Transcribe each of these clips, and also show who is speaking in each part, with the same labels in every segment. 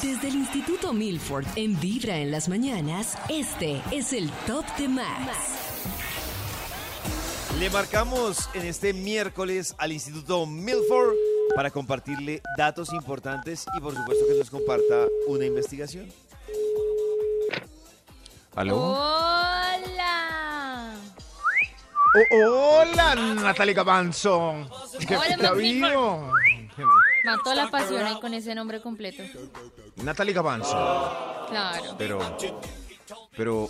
Speaker 1: Desde el Instituto Milford en Vibra en las mañanas, este es el Top de Max.
Speaker 2: Le marcamos en este miércoles al Instituto Milford para compartirle datos importantes y por supuesto que nos comparta una investigación.
Speaker 3: Oh,
Speaker 4: ¿Aló?
Speaker 5: Hola.
Speaker 6: hola, Natalia Gabanzo. ¿Qué
Speaker 5: Hola,
Speaker 6: te ha
Speaker 5: Maxi.
Speaker 6: habido?
Speaker 5: Mató la pasión ahí con ese nombre completo.
Speaker 6: Natalia Gabanzo.
Speaker 5: Claro.
Speaker 4: Pero, pero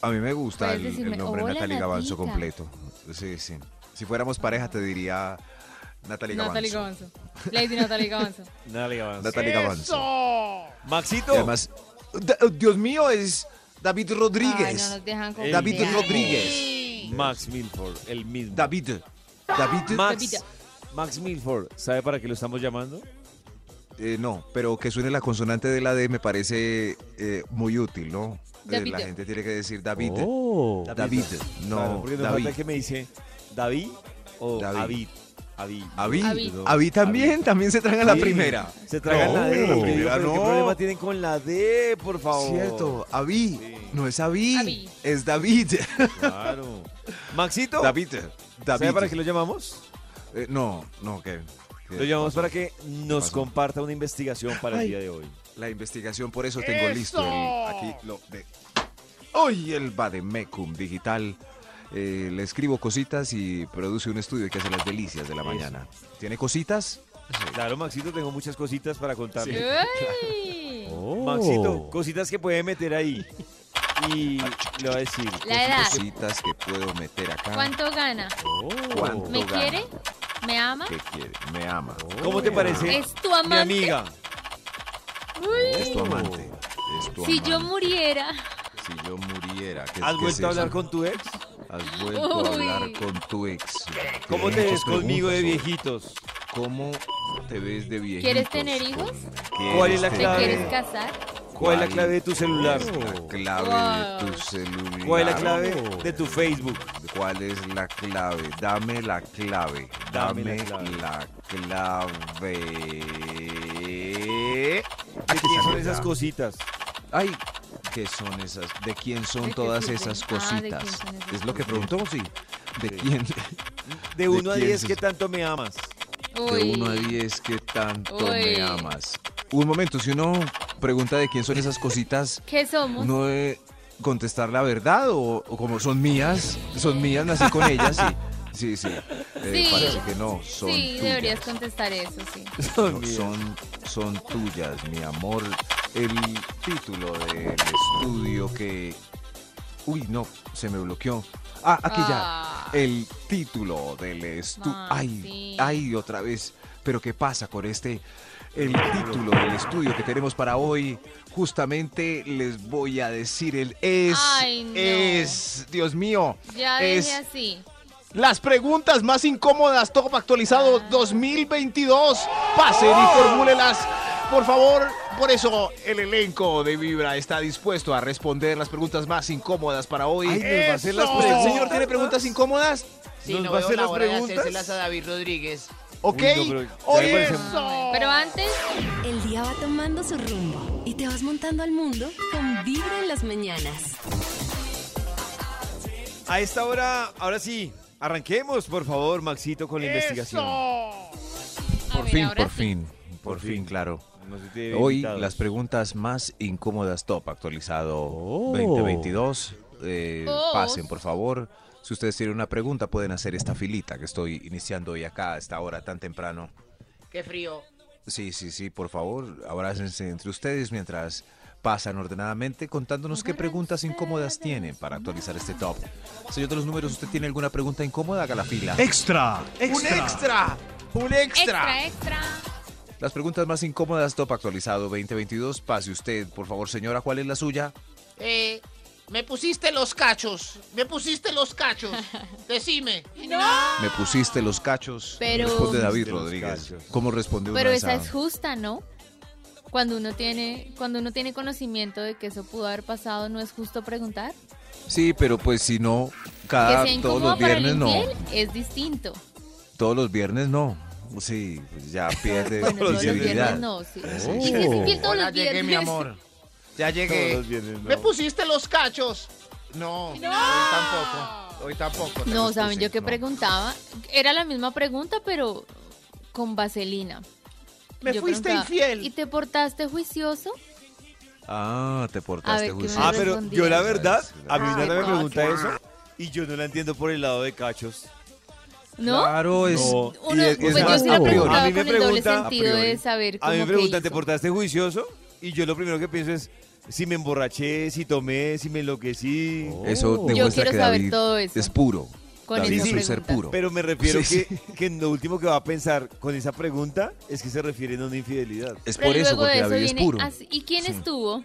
Speaker 4: a mí me gusta
Speaker 5: Puedes
Speaker 4: el, el
Speaker 5: decirme,
Speaker 4: nombre
Speaker 5: "Hola,
Speaker 4: Natalia Gabanzo
Speaker 5: Natita".
Speaker 4: completo. Sí, sí. Si fuéramos pareja te diría Natalia
Speaker 5: Natalie
Speaker 4: Gabanzo.
Speaker 5: Gonzo. Lady Natalie Gonzo.
Speaker 4: Natalia Gabanzo.
Speaker 2: Maxito,
Speaker 4: Y además, da- oh, Dios mío, es David
Speaker 5: Ay,
Speaker 4: Rodríguez.
Speaker 5: no nos dejan con
Speaker 4: David
Speaker 5: ideas.
Speaker 4: Rodríguez.
Speaker 2: Max Milford, el mismo.
Speaker 4: David. David.
Speaker 2: Max,
Speaker 5: Pepita.
Speaker 2: Max Milford, ¿sabe para qué lo estamos llamando?
Speaker 4: eh, no, pero que suene la consonante de la D me parece eh, muy útil, ¿no? Eh,
Speaker 5: David.
Speaker 4: la gente tiene que decir David.
Speaker 2: Oh.
Speaker 4: David. No,
Speaker 2: Claro, porque no
Speaker 4: David.
Speaker 2: falta que me dice David o
Speaker 4: David.
Speaker 2: David. Avi.
Speaker 4: Avi.
Speaker 5: Avi.
Speaker 4: Avi también, también se traen a la
Speaker 2: Sí,
Speaker 4: primera. Oh.
Speaker 2: Se tragan
Speaker 4: No,
Speaker 2: la D. Y yo digo,
Speaker 4: primera
Speaker 2: pero ¿Qué
Speaker 4: no.
Speaker 2: problema tienen con la D, por favor?
Speaker 4: Cierto, Avi.
Speaker 2: Sí.
Speaker 4: No es Avi,
Speaker 5: Avi.
Speaker 4: es David.
Speaker 2: Claro. Maxito,
Speaker 4: David.
Speaker 2: ¿sabe
Speaker 4: David.
Speaker 2: para qué lo llamamos?
Speaker 4: Eh, no, no, que
Speaker 2: Lo llamamos para que nos
Speaker 4: pasó?
Speaker 2: comparta una investigación para el
Speaker 4: Ay.
Speaker 2: día de hoy.
Speaker 4: La investigación, por eso tengo listo el- aquí lo de. Hoy el Bademecum Digital. Eh, le escribo cositas y produce un estudio que hace las delicias de la mañana. ¿Tiene cositas?
Speaker 2: Claro, Maxito, tengo muchas cositas para contarle.
Speaker 5: Uy.
Speaker 4: Oh.
Speaker 2: Maxito, cositas que puede meter ahí. Y le va a decir.
Speaker 5: La edad.
Speaker 4: Cositas que puedo meter acá.
Speaker 5: ¿Cuánto gana?
Speaker 4: ¿Cuánto
Speaker 5: ¿Me
Speaker 4: gana?
Speaker 5: quiere? ¿Me ama?
Speaker 4: ¿Qué quiere? Me ama.
Speaker 2: ¿Cómo te parece?
Speaker 5: ¿Es tu
Speaker 2: Mi
Speaker 5: amante?
Speaker 2: amiga.
Speaker 4: Es tu amante. Es tu
Speaker 5: Si
Speaker 4: amante.
Speaker 5: yo muriera.
Speaker 4: Si yo muriera. ¿qué-
Speaker 2: ¿Has
Speaker 4: qué
Speaker 2: vuelto a
Speaker 4: es eso?
Speaker 2: hablar con tu ex?
Speaker 4: Has vuelto a hablar
Speaker 5: Uy.
Speaker 4: con tu ex.
Speaker 2: ¿Cómo te
Speaker 4: Muchas
Speaker 2: ves conmigo de
Speaker 4: preguntas
Speaker 2: viejitos?
Speaker 4: sobre ¿Cómo te ves de viejito?
Speaker 5: ¿Quieres tener hijos?
Speaker 2: ¿Cuál es la
Speaker 5: ¿Te
Speaker 2: clave?
Speaker 5: quieres casar?
Speaker 2: ¿Cuál es la clave de tu celular?
Speaker 4: la clave de
Speaker 5: Wow.
Speaker 4: tu celular?
Speaker 2: ¿Cuál es la clave de tu Facebook?
Speaker 4: ¿Cuál es la clave? Dame la clave.
Speaker 2: Dame la
Speaker 4: Dame
Speaker 2: clave.
Speaker 4: la clave.
Speaker 2: ¿De quién son
Speaker 4: sale
Speaker 2: esas
Speaker 4: Ah, ya.
Speaker 2: cositas?
Speaker 4: Ay, ¿qué son esas? ¿De quién son
Speaker 5: ¿De qué
Speaker 4: todas
Speaker 5: son?
Speaker 4: esas
Speaker 5: Ah, ¿de quién
Speaker 4: cositas?
Speaker 5: son esas
Speaker 4: es lo que preguntó, sí. ¿De quién?
Speaker 2: De
Speaker 4: ¿De
Speaker 2: 1 a
Speaker 4: quién
Speaker 2: 10,
Speaker 4: es?
Speaker 2: ¿qué tanto me amas?
Speaker 4: De
Speaker 5: Uy.
Speaker 4: 1 a 10, ¿qué tanto
Speaker 5: Uy.
Speaker 4: me amas? Un momento, si uno pregunta de quién son esas cositas,
Speaker 5: ¿Qué somos?
Speaker 4: ¿uno debe contestar la verdad o, o como son mías? Son mías, nací con ellas, sí. Sí, sí. Eh,
Speaker 5: Sí.
Speaker 4: Parece que no, son
Speaker 5: sí,
Speaker 4: tuyas.
Speaker 5: deberías contestar eso, sí.
Speaker 4: No, son, son tuyas, mi amor. El título del estudio que... Uy, no, se me bloqueó. Ah, aquí
Speaker 5: Ah.
Speaker 4: ya. El título del estudio... Ay,
Speaker 5: Maxi.
Speaker 4: ay, otra vez. Pero ¿qué pasa con este? El título del estudio que tenemos para hoy, justamente les voy a decir el es...
Speaker 5: Ay, no.
Speaker 4: Es... Dios mío.
Speaker 5: Ya
Speaker 4: es
Speaker 5: dije así.
Speaker 6: Las preguntas más incómodas, top
Speaker 5: Ah.
Speaker 6: actualizado 2022. Pasen y formúlelas, por favor. Por eso el elenco de Vibra está dispuesto a responder las preguntas más incómodas para hoy.
Speaker 2: Ay, nos va a hacer las
Speaker 6: ¡Eso!
Speaker 2: preguntas.
Speaker 6: ¿Señor tiene preguntas incómodas?
Speaker 7: Si
Speaker 2: ¿Nos
Speaker 7: no
Speaker 2: va a
Speaker 7: veo
Speaker 2: hacer
Speaker 7: la
Speaker 2: las
Speaker 7: hora de
Speaker 2: preguntas?
Speaker 7: hacérselas a David Rodríguez.
Speaker 6: ¿Ok?
Speaker 2: Uy, no, pero ya
Speaker 6: Oye,
Speaker 2: me parece-
Speaker 5: Ay, Pero antes,
Speaker 1: El día va tomando su rumbo y te vas montando al mundo con Vibra en las mañanas.
Speaker 2: A esta hora, ahora sí, arranquemos, por favor, Maxito, con la investigación.
Speaker 5: a
Speaker 4: Por
Speaker 5: ver,
Speaker 4: fin,
Speaker 5: ahora
Speaker 4: por
Speaker 5: sí.
Speaker 4: fin. Por
Speaker 2: Por
Speaker 4: fin,
Speaker 2: fin.
Speaker 4: claro.
Speaker 2: No sé si te
Speaker 4: Hoy
Speaker 2: invitados.
Speaker 4: las preguntas más incómodas top actualizado
Speaker 6: Oh.
Speaker 4: 2022. Eh,
Speaker 5: Oh.
Speaker 4: Pasen, por favor. Si ustedes tienen una pregunta, pueden hacer esta filita que estoy iniciando hoy acá a esta hora tan temprano.
Speaker 7: Qué frío.
Speaker 4: Sí, sí, sí, por favor, abrácense entre ustedes mientras pasan ordenadamente contándonos qué preguntas incómodas tienen para actualizar este top. Señor de los números, ¿usted tiene alguna pregunta incómoda? Haga la fila.
Speaker 3: Extra, extra.
Speaker 6: un extra. Un extra.
Speaker 5: Extra, extra.
Speaker 4: Las preguntas más incómodas top actualizado 2022. Pase usted, por favor, señora, ¿cuál es la suya?
Speaker 7: Eh, Me pusiste los cachos. Me pusiste los cachos. Decime.
Speaker 4: Me pusiste los cachos.
Speaker 5: Pero-
Speaker 4: responde David
Speaker 2: Pusiste los
Speaker 4: Rodríguez.
Speaker 2: cachos.
Speaker 4: ¿Cómo responde uno
Speaker 5: Pero
Speaker 4: a
Speaker 5: esa es justa, ¿no? Cuando uno tiene, cuando uno tiene conocimiento de que eso pudo haber pasado, no es justo preguntar.
Speaker 4: Sí, pero pues si no,
Speaker 5: que
Speaker 4: cada
Speaker 5: sea
Speaker 4: Ah, todos
Speaker 5: incómodo
Speaker 4: los
Speaker 5: para el
Speaker 4: viernes no.
Speaker 5: infiel es distinto.
Speaker 4: Todos los viernes no. Sí, pues ya pierde
Speaker 5: Bueno, todos los
Speaker 4: visibilidad.
Speaker 5: viernes no, sí.
Speaker 4: Sí,
Speaker 5: Y
Speaker 4: sí.
Speaker 5: si es infiel todos
Speaker 7: Hola,
Speaker 5: los viernes.
Speaker 7: llegué, mi amor. Ya
Speaker 2: Todos
Speaker 7: llegué.
Speaker 2: los viernes, ¿no?
Speaker 7: Me pusiste los cachos. No, hoy tampoco. Hoy tampoco. te
Speaker 5: No,
Speaker 7: los
Speaker 5: saben,
Speaker 7: puse.
Speaker 5: yo que
Speaker 7: No.
Speaker 5: preguntaba, era la misma pregunta, pero con vaselina.
Speaker 7: Me
Speaker 5: Yo
Speaker 7: fuiste
Speaker 5: preguntaba,
Speaker 7: infiel.
Speaker 5: ¿Y te portaste juicioso?
Speaker 4: Ah, te
Speaker 5: A ver,
Speaker 4: portaste
Speaker 5: ¿qué me
Speaker 4: justo.
Speaker 2: Ah, pero
Speaker 5: respondí.
Speaker 2: yo la verdad, a mí
Speaker 5: Ay,
Speaker 2: nada me
Speaker 5: no,
Speaker 2: pregunta
Speaker 5: qué-
Speaker 2: eso y yo no la entiendo por el lado de cachos.
Speaker 5: ¿No?
Speaker 4: Claro, es.
Speaker 2: No.
Speaker 5: Uno,
Speaker 4: y es-
Speaker 5: pues
Speaker 4: es
Speaker 5: yo
Speaker 4: más
Speaker 5: sí la
Speaker 4: a priori.
Speaker 5: preguntaba
Speaker 2: A mí me
Speaker 5: con el doble
Speaker 2: pregunta-
Speaker 5: sentido
Speaker 4: a priori.
Speaker 5: de saber cómo
Speaker 2: A mí me
Speaker 5: que
Speaker 2: preguntan,
Speaker 5: hizo.
Speaker 2: ¿te portaste juicioso? Y yo lo primero que pienso es si me emborraché, si tomé, si me enloquecí.
Speaker 4: Eso
Speaker 2: Oh.
Speaker 4: demuestra
Speaker 5: quiero saber
Speaker 4: que David
Speaker 5: todo eso.
Speaker 4: es puro.
Speaker 5: Con
Speaker 4: David
Speaker 2: esa
Speaker 4: es un ser
Speaker 5: pregunta.
Speaker 4: puro.
Speaker 2: Pero me refiero
Speaker 4: Sí,
Speaker 2: que, que lo último que va a pensar con esa pregunta es que se refieren a una infidelidad.
Speaker 4: Es
Speaker 5: Pero
Speaker 4: por eso,
Speaker 5: luego de
Speaker 4: porque
Speaker 5: eso
Speaker 4: David es
Speaker 5: viene,
Speaker 4: puro.
Speaker 5: así, ¿y quién
Speaker 4: Sí.
Speaker 5: estuvo?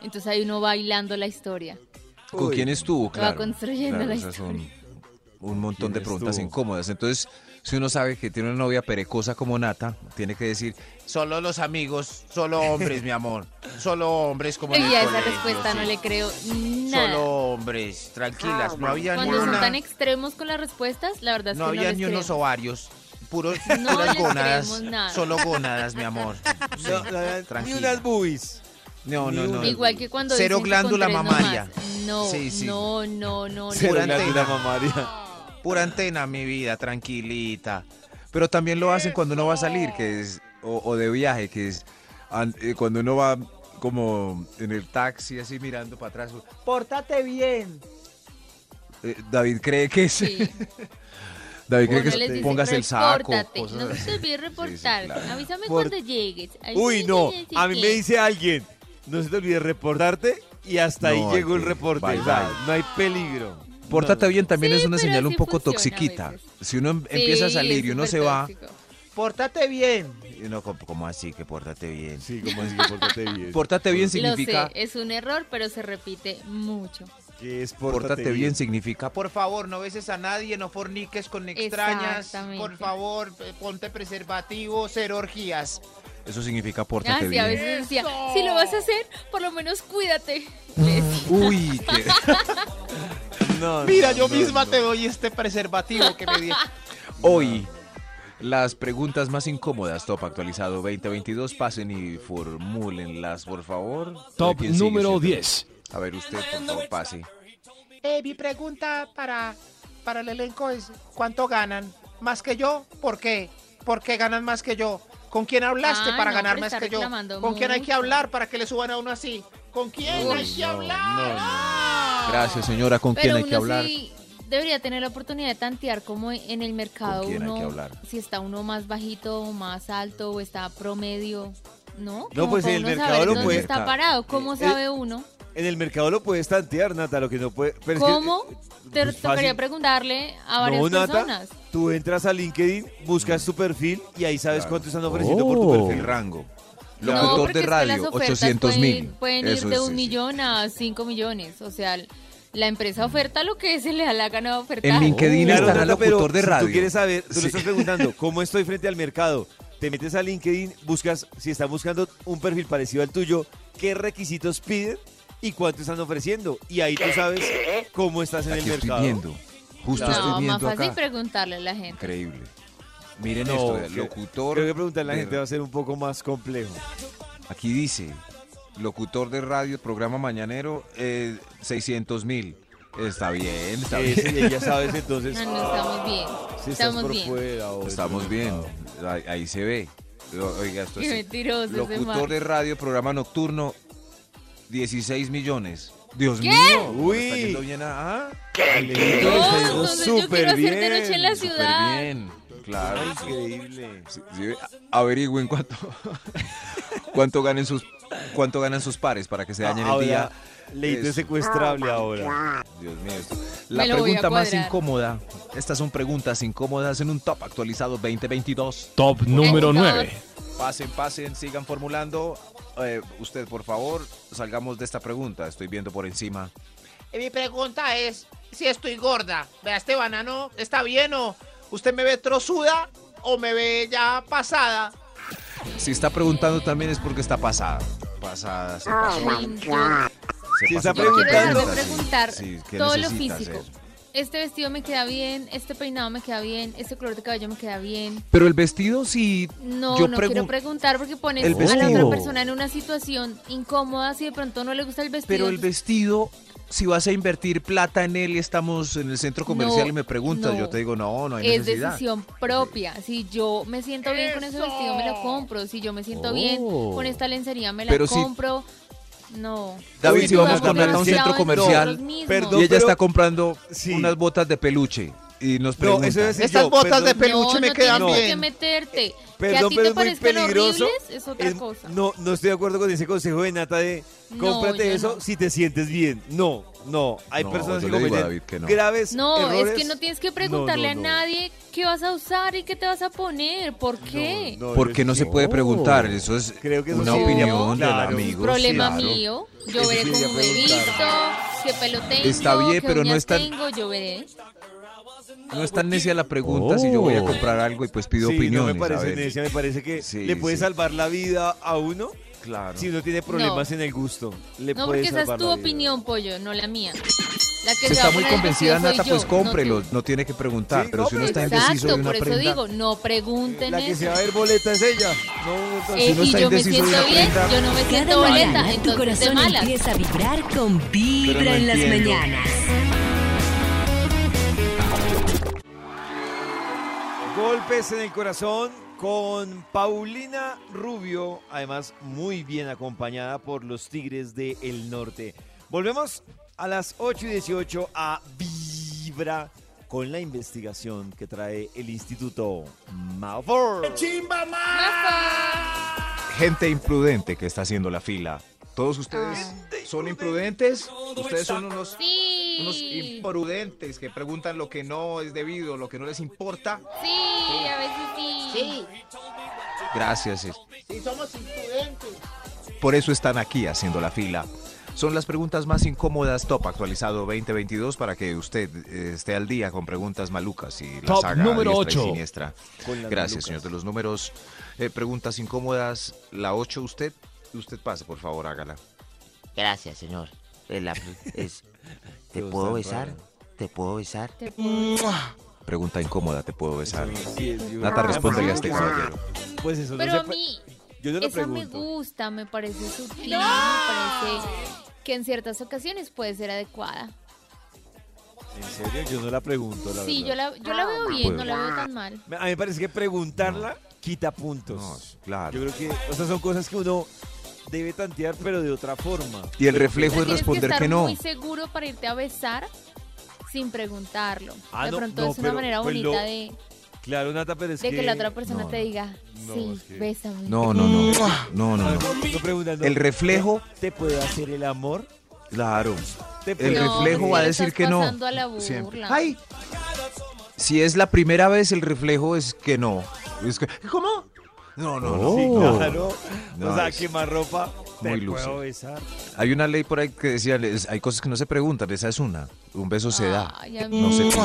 Speaker 5: Entonces ahí uno bailando la historia.
Speaker 4: ¿Con
Speaker 2: Uy.
Speaker 4: quién estuvo? Claro.
Speaker 5: construyendo
Speaker 4: claro,
Speaker 5: la
Speaker 4: esas son Un
Speaker 2: ¿Quién
Speaker 4: montón de preguntas
Speaker 2: estuvo?
Speaker 4: incómodas. Entonces, si uno sabe que tiene una novia perecosa como Nata, tiene que decir,
Speaker 6: Solo los amigos, solo hombres, mi amor. Solo hombres como en el
Speaker 5: y a esa
Speaker 6: colegio,
Speaker 5: respuesta no
Speaker 6: sí.
Speaker 5: le creo nada.
Speaker 6: Solo hombres, tranquilas. No había ni
Speaker 5: Cuando son
Speaker 6: una-
Speaker 5: tan extremos con las respuestas, la verdad es
Speaker 6: no
Speaker 5: que no
Speaker 6: había
Speaker 5: les
Speaker 6: ni
Speaker 5: creo.
Speaker 6: unos ovarios. Puros,
Speaker 5: No
Speaker 6: puras
Speaker 5: les
Speaker 6: gónadas.
Speaker 5: creemos nada.
Speaker 6: Solo gónadas, mi amor. Sí,
Speaker 2: No, no, no, ni
Speaker 6: tranquila.
Speaker 2: unas boobies.
Speaker 6: No, no, no.
Speaker 5: Igual que cuando
Speaker 6: Cero
Speaker 5: dicen que
Speaker 6: glándula
Speaker 5: con tres
Speaker 6: mamaria.
Speaker 5: nomás. No,
Speaker 6: Sí, sí.
Speaker 5: no, no, no,
Speaker 2: Cero
Speaker 5: no.
Speaker 6: Pura
Speaker 2: glándula
Speaker 6: antena.
Speaker 2: mamaria.
Speaker 6: Pura antena, mi vida, tranquilita.
Speaker 4: Pero también lo hacen cuando uno va a salir, que es, o, o de viaje, que es an- eh, cuando uno va como en el taxi, así mirando para atrás.
Speaker 8: Pórtate bien.
Speaker 4: eh, David cree que es,
Speaker 5: Sí.
Speaker 4: David cree
Speaker 5: Uno
Speaker 4: que
Speaker 5: les
Speaker 4: es,
Speaker 5: dice,
Speaker 4: pongas el saco.
Speaker 5: "Repórtate,
Speaker 4: cosas
Speaker 5: No se
Speaker 4: así.
Speaker 5: te olvide reportar.
Speaker 4: claro.
Speaker 5: Avísame
Speaker 2: Por-
Speaker 5: cuando llegues.
Speaker 2: Uy, no.
Speaker 5: Avísame
Speaker 2: A mí
Speaker 5: que-
Speaker 2: me dice alguien, no se te olvide reportarte y hasta ahí
Speaker 4: No,
Speaker 2: llegó el
Speaker 4: ok,
Speaker 2: reporte.
Speaker 4: bye,
Speaker 2: O sea,
Speaker 4: bye.
Speaker 2: no hay peligro.
Speaker 4: Pórtate
Speaker 2: No, no,
Speaker 4: bien también
Speaker 5: Sí,
Speaker 4: es una
Speaker 5: pero
Speaker 4: señal un
Speaker 5: así
Speaker 4: poco
Speaker 5: funciona a
Speaker 4: toxiquita.
Speaker 5: veces.
Speaker 4: Si uno em- empieza a
Speaker 5: Sí,
Speaker 4: salir y
Speaker 5: es
Speaker 4: uno se va,
Speaker 5: supertóxico.
Speaker 8: Pórtate bien.
Speaker 6: Y uno como, como así, que pórtate bien.
Speaker 2: no. Sí, como así, que pórtate bien.
Speaker 4: pórtate bien
Speaker 5: Lo
Speaker 4: significa,
Speaker 5: sé, es un error, pero se repite mucho.
Speaker 2: ¿Qué es pórtate,
Speaker 4: pórtate bien significa,
Speaker 6: Por favor, no beses a nadie, no forniques con extrañas.
Speaker 5: Exactamente.
Speaker 6: Por favor,
Speaker 7: eh,
Speaker 6: p- ponte preservativo, cero orgías.
Speaker 4: eso significa
Speaker 5: Ah,
Speaker 4: pórtate
Speaker 5: sí, a
Speaker 4: bien.
Speaker 5: veces decía, si lo vas a hacer, por lo menos cuídate. Le
Speaker 2: Mm,
Speaker 5: decía.
Speaker 4: Uy, qué...
Speaker 2: No,
Speaker 6: Mira,
Speaker 2: no,
Speaker 6: yo
Speaker 2: no,
Speaker 6: misma
Speaker 2: no.
Speaker 6: te doy este preservativo que me di.
Speaker 4: Hoy, las preguntas más incómodas, Top Actualizado 2022, pasen y formúlenlas, por favor.
Speaker 3: Top
Speaker 4: ¿Quién sigue
Speaker 3: número
Speaker 4: siendo?
Speaker 3: 10.
Speaker 4: A ver, usted, por favor, pase.
Speaker 7: Eh, mi pregunta para, para el elenco es, ¿cuánto ganan? ¿Más que yo? ¿Por qué? ¿Por qué ganan más que yo? ¿Con quién hablaste
Speaker 5: Ah,
Speaker 7: para
Speaker 5: no,
Speaker 7: ganar
Speaker 5: pero
Speaker 7: más
Speaker 5: está
Speaker 7: que yo? ¿Con
Speaker 5: reclamando
Speaker 7: quién hay que
Speaker 5: mucho.
Speaker 7: hablar para que le suban a uno así? ¿Con quién
Speaker 5: Uy,
Speaker 7: hay que
Speaker 2: no,
Speaker 7: hablar? Ah.
Speaker 2: no,
Speaker 4: Gracias, señora. ¿Con quién
Speaker 5: Pero
Speaker 4: hay que
Speaker 5: uno
Speaker 4: hablar?
Speaker 5: sí debería tener la oportunidad de tantear como en el mercado
Speaker 4: ¿Con quién hay que
Speaker 5: uno,
Speaker 4: hablar?
Speaker 5: si está uno más bajito o más alto o está promedio, ¿no?
Speaker 2: No,
Speaker 5: Como
Speaker 2: pues,
Speaker 5: para
Speaker 2: en el
Speaker 5: uno
Speaker 2: mercado
Speaker 5: saber
Speaker 2: lo
Speaker 5: dónde
Speaker 2: puede-
Speaker 5: está parado, ¿cómo
Speaker 2: Eh,
Speaker 5: sabe uno?
Speaker 2: En el mercado lo puedes tantear, Nata, lo que no puede... pero es que,
Speaker 5: ¿Cómo?
Speaker 2: eh,
Speaker 5: Te
Speaker 2: pues,
Speaker 5: tocaría
Speaker 2: fácil.
Speaker 5: preguntarle a varias
Speaker 2: No, Nata,
Speaker 5: personas.
Speaker 2: Tú entras a LinkedIn, buscas tu perfil y ahí sabes
Speaker 4: Claro.
Speaker 2: cuánto están ofreciendo por
Speaker 3: Oh.
Speaker 2: tu
Speaker 4: El
Speaker 2: perfil.
Speaker 4: rango.
Speaker 5: No,
Speaker 4: Locutor
Speaker 5: porque
Speaker 4: de
Speaker 5: es que las
Speaker 4: radio,
Speaker 5: ofertas
Speaker 4: 800 mil.
Speaker 5: Pueden, pueden ir de un millón a cinco millones. O sea, la empresa oferta lo que se le da la gana de ofertar.
Speaker 4: En LinkedIn
Speaker 2: Claro,
Speaker 4: estará
Speaker 2: Nata, pero
Speaker 4: locutor de
Speaker 2: si
Speaker 4: radio.
Speaker 2: tú quieres saber, tú
Speaker 4: Sí.
Speaker 2: le estás preguntando, ¿cómo estoy frente al mercado? Te metes a LinkedIn, buscas si están buscando un perfil parecido al tuyo, qué requisitos piden y cuánto están ofreciendo. Y ahí tú sabes cómo estás en el
Speaker 4: Aquí estoy
Speaker 2: mercado.
Speaker 4: viendo. Justo
Speaker 5: no,
Speaker 4: estoy
Speaker 5: más
Speaker 4: viendo
Speaker 5: fácil
Speaker 4: acá.
Speaker 5: preguntarle a la gente.
Speaker 4: Increíble. Miren
Speaker 2: No,
Speaker 4: esto,
Speaker 2: creo-
Speaker 4: locutor.
Speaker 2: Creo que preguntarle a la
Speaker 4: de
Speaker 2: gente va a ser un poco más complejo.
Speaker 4: Aquí dice, locutor de radio, programa mañanero, eh, 600 mil. Está bien, está
Speaker 2: Eh,
Speaker 4: bien.
Speaker 2: sí, ya sabes entonces
Speaker 5: No, no, estamos bien.
Speaker 2: si estás
Speaker 5: estamos
Speaker 2: por
Speaker 5: bien.
Speaker 2: fuera o
Speaker 4: Estamos
Speaker 2: dentro del
Speaker 4: bien,
Speaker 2: mercado.
Speaker 4: ahí, ahí se ve. O- Oiga, esto
Speaker 5: Qué
Speaker 4: así.
Speaker 5: mentiroso ese
Speaker 4: Locutor
Speaker 5: man.
Speaker 4: de radio, programa nocturno, 16 millones. Dios
Speaker 5: ¿Qué?
Speaker 4: mío.
Speaker 2: Uy.
Speaker 4: Está yendo bien a... ah,
Speaker 2: Alejandro, está
Speaker 5: No,
Speaker 2: yendo
Speaker 5: entonces yo quiero
Speaker 2: pues, súper
Speaker 5: hacer de noche en
Speaker 2: bien.
Speaker 5: la
Speaker 4: súper
Speaker 5: ciudad.
Speaker 4: bien. Claro.
Speaker 2: Increíble.
Speaker 4: Sí, sí, averigüen cuánto, cuánto, ganen sus, cuánto ganan sus pares para que se
Speaker 2: Ah,
Speaker 4: dañen el día.
Speaker 2: Ahora, Leito es
Speaker 4: Eso.
Speaker 2: secuestrable ahora.
Speaker 4: Dios mío. esto. La
Speaker 5: lo voy a
Speaker 4: pregunta más
Speaker 5: cuadrar.
Speaker 4: incómoda. Estas son preguntas incómodas en un top actualizado 2022.
Speaker 3: Top número
Speaker 5: Por favor.
Speaker 3: 9.
Speaker 4: Pasen, pasen, sigan formulando. Eh, usted, por favor, salgamos de esta pregunta. Estoy viendo por encima.
Speaker 7: Y mi pregunta es si estoy gorda. Vea, este banano, ¿está bien o usted me ve trozuda o me ve ya pasada?
Speaker 4: Si está preguntando también es porque está pasada. Pasada, se
Speaker 5: Ah.
Speaker 4: pasó. Se
Speaker 2: Si
Speaker 4: pasó
Speaker 2: está
Speaker 4: con
Speaker 5: Yo
Speaker 4: las
Speaker 5: quiero dejar de
Speaker 2: preguntando-
Speaker 4: preguntas, sí.
Speaker 5: preguntar
Speaker 4: Sí, ¿qué
Speaker 5: todo lo
Speaker 4: necesitas,
Speaker 5: físico.
Speaker 4: eh?
Speaker 5: Este vestido me queda bien, este peinado me queda bien, este color de cabello me queda bien.
Speaker 4: Pero el vestido sí...
Speaker 5: No,
Speaker 4: Yo
Speaker 5: no
Speaker 4: pregun-
Speaker 5: quiero preguntar porque pones
Speaker 4: El
Speaker 5: a la otra
Speaker 4: vestido.
Speaker 5: persona en una situación incómoda si de pronto no le gusta el vestido.
Speaker 4: Pero el
Speaker 5: entonces-
Speaker 4: vestido, si vas a invertir plata en él, estamos en el centro comercial
Speaker 5: No,
Speaker 4: y me preguntas,
Speaker 5: no.
Speaker 4: yo te digo, no, no hay
Speaker 5: es
Speaker 4: necesidad.
Speaker 5: decisión propia. Si yo me siento bien con ese
Speaker 7: ¡Eso!
Speaker 5: vestido, me lo compro. Si yo me siento bien
Speaker 4: Oh.
Speaker 5: con esta lencería, me la
Speaker 4: Pero si-
Speaker 5: compro. No.
Speaker 4: David,
Speaker 5: Nos
Speaker 4: si vamos
Speaker 5: dudamos
Speaker 4: con plata a un
Speaker 5: demasiado
Speaker 4: centro
Speaker 5: de
Speaker 4: comercial,
Speaker 5: nosotros mismos.
Speaker 2: perdón,
Speaker 4: Y ella
Speaker 2: pero-
Speaker 4: está comprando
Speaker 2: Sí.
Speaker 4: unas botas de peluche y nos
Speaker 2: No,
Speaker 4: pregunta.
Speaker 2: eso es
Speaker 7: Estas
Speaker 2: yo,
Speaker 7: botas de
Speaker 2: perdón.
Speaker 7: peluche
Speaker 5: no,
Speaker 7: me
Speaker 5: no
Speaker 7: quedan
Speaker 5: tienes
Speaker 7: bien.
Speaker 5: que
Speaker 4: Eh,
Speaker 5: meterte. que a
Speaker 2: Perdón,
Speaker 5: ti
Speaker 2: pero
Speaker 5: te
Speaker 2: es muy
Speaker 5: parezcan
Speaker 2: peligroso.
Speaker 5: horribles es otra
Speaker 2: Es-
Speaker 5: cosa.
Speaker 2: No, no estoy de acuerdo con ese consejo de Nata de
Speaker 5: No,
Speaker 2: cómprate
Speaker 5: yo
Speaker 2: eso
Speaker 5: no.
Speaker 2: si te sientes bien. No, no. Hay
Speaker 4: No,
Speaker 2: personas
Speaker 4: yo
Speaker 2: que
Speaker 4: le digo a
Speaker 2: cometen
Speaker 4: David que no.
Speaker 2: graves
Speaker 5: No,
Speaker 2: errores.
Speaker 5: es que no tienes que preguntarle
Speaker 2: No, no, no.
Speaker 5: a nadie qué vas a usar y qué te vas a poner. ¿Por qué?
Speaker 2: No, no, yo
Speaker 4: Porque no
Speaker 2: sí-
Speaker 4: se puede preguntar, eso es
Speaker 2: Creo que eso
Speaker 4: una
Speaker 2: sí debería-
Speaker 4: opinión
Speaker 2: claro.
Speaker 4: del
Speaker 5: Es
Speaker 4: amigo.
Speaker 5: problema
Speaker 4: claro.
Speaker 5: mío. Yo
Speaker 2: Eso
Speaker 5: veré
Speaker 2: sí quería
Speaker 5: cómo me he
Speaker 2: preguntar.
Speaker 5: visto, qué pelo tengo,
Speaker 4: Está bien,
Speaker 5: qué
Speaker 4: pero no
Speaker 5: uñas
Speaker 4: es tan-
Speaker 5: tengo, yo veré.
Speaker 4: No es tan necia la pregunta si yo voy a comprar algo y pues pido
Speaker 2: Oh. sí,
Speaker 4: opiniones.
Speaker 2: No me
Speaker 4: a
Speaker 2: parece
Speaker 4: ver.
Speaker 2: necia, me parece que
Speaker 4: Sí,
Speaker 2: le puede
Speaker 4: sí.
Speaker 2: salvar la vida a uno
Speaker 4: Claro.
Speaker 2: si no tiene problemas en el gusto. Le
Speaker 5: No,
Speaker 2: puede
Speaker 5: porque esa es
Speaker 2: salvar
Speaker 5: tu
Speaker 2: la vida.
Speaker 5: opinión, pollo, no la mía. La que se va
Speaker 4: Si está
Speaker 5: a
Speaker 4: muy
Speaker 5: poner el
Speaker 4: convencida
Speaker 5: vestido soy
Speaker 4: Nata, pues
Speaker 5: yo, no tú.
Speaker 4: cómprelo, no tiene que preguntar.
Speaker 2: Sí,
Speaker 4: pero
Speaker 2: no,
Speaker 4: si uno
Speaker 2: pero
Speaker 4: está indeciso
Speaker 5: Exacto,
Speaker 4: de una
Speaker 5: por eso
Speaker 4: prenda,
Speaker 5: digo, no pregunten
Speaker 2: La que
Speaker 5: eso.
Speaker 2: se va a ver boleta es ella. No, entonces-
Speaker 5: Eh,
Speaker 4: uno
Speaker 5: y
Speaker 4: está
Speaker 5: yo me
Speaker 4: indeciso de
Speaker 5: siento
Speaker 4: una
Speaker 5: bien,
Speaker 4: prenda-
Speaker 5: yo no me
Speaker 1: Cada
Speaker 5: siento
Speaker 1: mañana
Speaker 5: boleta,
Speaker 1: tu
Speaker 5: entonces de
Speaker 1: corazón
Speaker 5: malas.
Speaker 1: empieza a vibrar con vibra
Speaker 4: Pero no
Speaker 1: en las
Speaker 4: entiendo.
Speaker 1: mañanas.
Speaker 2: Golpes en el corazón con Paulina Rubio, además muy bien acompañada por los Tigres del Norte. Volvemos a las 8 y 18 a Vibra con la investigación que trae el Instituto Mavor.
Speaker 3: ¡Chimba más!
Speaker 4: gente imprudente que está haciendo la fila. Todos ustedes
Speaker 5: Ah.
Speaker 6: ¿Son imprudentes? Ustedes son unos, unos
Speaker 5: Sí,
Speaker 6: imprudentes que preguntan lo que no es debido, lo que no les importa.
Speaker 5: sí, a veces sí.
Speaker 8: Sí,
Speaker 4: Gracias. es-
Speaker 8: sí somos imprudentes.
Speaker 4: Por eso están aquí haciendo la fila. Son las preguntas más incómodas Top actualizado 2022 para que usted eh, esté al día con preguntas malucas y las
Speaker 3: Top
Speaker 4: haga a
Speaker 3: número
Speaker 4: diestra y
Speaker 3: ocho.
Speaker 4: siniestra.
Speaker 2: Con las
Speaker 4: Gracias,
Speaker 2: malucas.
Speaker 4: señor de los números. Eh, preguntas incómodas, la 8 usted, usted pase, por favor, hágala.
Speaker 9: Gracias, señor. El apl- es- ¿Te
Speaker 2: Dios
Speaker 9: puedo
Speaker 2: tan
Speaker 9: besar?
Speaker 2: raro.
Speaker 9: ¿Te puedo besar?
Speaker 5: Te
Speaker 4: Mm,
Speaker 5: puedo-
Speaker 4: Pregunta incómoda, te puedo besar.
Speaker 2: Sí, es de-
Speaker 4: Nata, respóndele a este caballero.
Speaker 2: Pues eso no
Speaker 5: Pero
Speaker 2: se
Speaker 5: a
Speaker 2: pre-
Speaker 5: mí,
Speaker 2: Yo no lo
Speaker 5: Esa me
Speaker 2: pregunto.
Speaker 5: gusta, me parece sutil, me parece que en ciertas ocasiones puede ser adecuada.
Speaker 2: En serio, yo no la pregunto, la
Speaker 5: Sí, yo
Speaker 2: verdad.
Speaker 5: la, yo la
Speaker 1: Ah,
Speaker 5: veo bien, no la veo tan mal.
Speaker 2: A mí me parece que preguntarla quita puntos.
Speaker 4: No, claro.
Speaker 2: Yo creo que, o sea, son cosas que uno debe tantear, pero de otra forma.
Speaker 4: Y el
Speaker 2: Pero-
Speaker 5: O
Speaker 4: reflejo
Speaker 5: sea,
Speaker 4: es
Speaker 5: tienes
Speaker 4: responder
Speaker 5: estar
Speaker 4: que no.
Speaker 5: muy seguro para irte a besar sin preguntarlo.
Speaker 2: Ah,
Speaker 5: de
Speaker 2: no,
Speaker 5: pronto
Speaker 2: no,
Speaker 5: es una
Speaker 2: pero-
Speaker 5: manera
Speaker 2: pues
Speaker 5: bonita
Speaker 2: lo-
Speaker 5: de,
Speaker 2: Claro, Nata, pero es
Speaker 5: de que la otra persona
Speaker 4: no,
Speaker 5: te
Speaker 4: no.
Speaker 5: diga,
Speaker 2: No,
Speaker 5: sí,
Speaker 2: es que-
Speaker 5: bésame.
Speaker 4: No, no, no. No,
Speaker 2: No,
Speaker 4: no, no.
Speaker 2: no preguntas, no.
Speaker 4: El reflejo,
Speaker 2: ¿Te puede hacer el amor?
Speaker 4: claro.
Speaker 2: ¿Te
Speaker 4: El
Speaker 2: puede-
Speaker 5: No,
Speaker 4: reflejo
Speaker 5: porque
Speaker 4: va a
Speaker 5: le
Speaker 4: decir
Speaker 5: estás
Speaker 4: que no.
Speaker 5: pasando a la burla.
Speaker 4: Siempre. Si es la primera vez, el reflejo es que no. Es que, ¿Cómo? No, no, no.
Speaker 2: Sí,
Speaker 4: no.
Speaker 2: Oh. claro.
Speaker 4: No,
Speaker 2: o sea,
Speaker 4: es
Speaker 2: quemar ropa. Te
Speaker 4: muy
Speaker 2: puedo
Speaker 4: lúcido.
Speaker 2: besar.
Speaker 4: Hay una ley por ahí que decía, es- hay cosas que no se preguntan, esa es una. Un beso se da.
Speaker 5: Ay, a mí
Speaker 4: No
Speaker 5: me
Speaker 4: se
Speaker 5: gusta.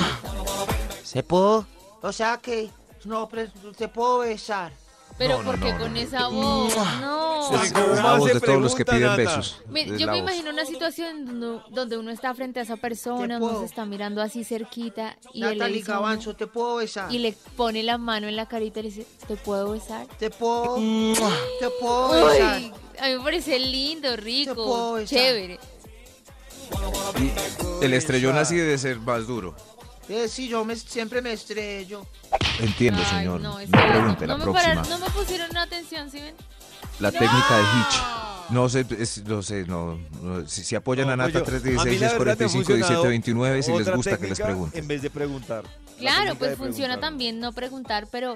Speaker 9: ¿Se
Speaker 8: puedo? O sea que no
Speaker 10: pues,
Speaker 8: pre- te puedo besar.
Speaker 5: Pero
Speaker 4: No, no,
Speaker 5: porque
Speaker 4: no,
Speaker 5: con
Speaker 4: no.
Speaker 5: esa voz, no.
Speaker 4: Es, es
Speaker 2: ¿Cómo
Speaker 4: la voz
Speaker 2: se
Speaker 4: de todos los que
Speaker 2: pregunta,
Speaker 4: piden
Speaker 2: Nata?
Speaker 4: besos.
Speaker 5: Mire,
Speaker 4: Es
Speaker 5: yo
Speaker 4: la
Speaker 5: me
Speaker 4: voz.
Speaker 5: imagino una situación donde- donde uno está frente a esa persona, uno se
Speaker 8: puedo?
Speaker 5: está mirando así cerquita y él le
Speaker 8: Natalie
Speaker 5: dice a uno-
Speaker 8: Gabanzo, te puedo besar.
Speaker 5: y le pone la mano en la carita y le dice, ¿te puedo besar?
Speaker 8: Te puedo. te puedo besar.
Speaker 5: Uy, a mí me parece lindo,
Speaker 8: puedo
Speaker 5: rico,
Speaker 8: besar.
Speaker 5: chévere.
Speaker 4: Y el estrellón así debe ser más duro.
Speaker 8: Eh, sí, yo me, siempre me estrello.
Speaker 4: Entiendo,
Speaker 5: Ay,
Speaker 4: señor.
Speaker 5: no, es
Speaker 4: no
Speaker 5: que-
Speaker 4: pregunte,
Speaker 5: no
Speaker 4: la
Speaker 5: me pararon-
Speaker 4: próxima.
Speaker 5: no me pusieron atención, ¿sí ven?
Speaker 4: La técnica de Hitch. No sé, es- no sé, no, no, si, si apoyan a
Speaker 2: No, pues yo-
Speaker 4: Nata
Speaker 2: a mí
Speaker 4: 316,
Speaker 2: la verdad me ha
Speaker 4: 45, 17,
Speaker 2: funcionado
Speaker 4: 29, si les
Speaker 2: otra
Speaker 4: gusta que les
Speaker 2: técnica
Speaker 4: pregunten.
Speaker 2: En vez de preguntar. La
Speaker 5: Claro,
Speaker 2: técnica
Speaker 5: pues
Speaker 2: de
Speaker 5: funciona
Speaker 2: preguntar.
Speaker 5: también no preguntar, pero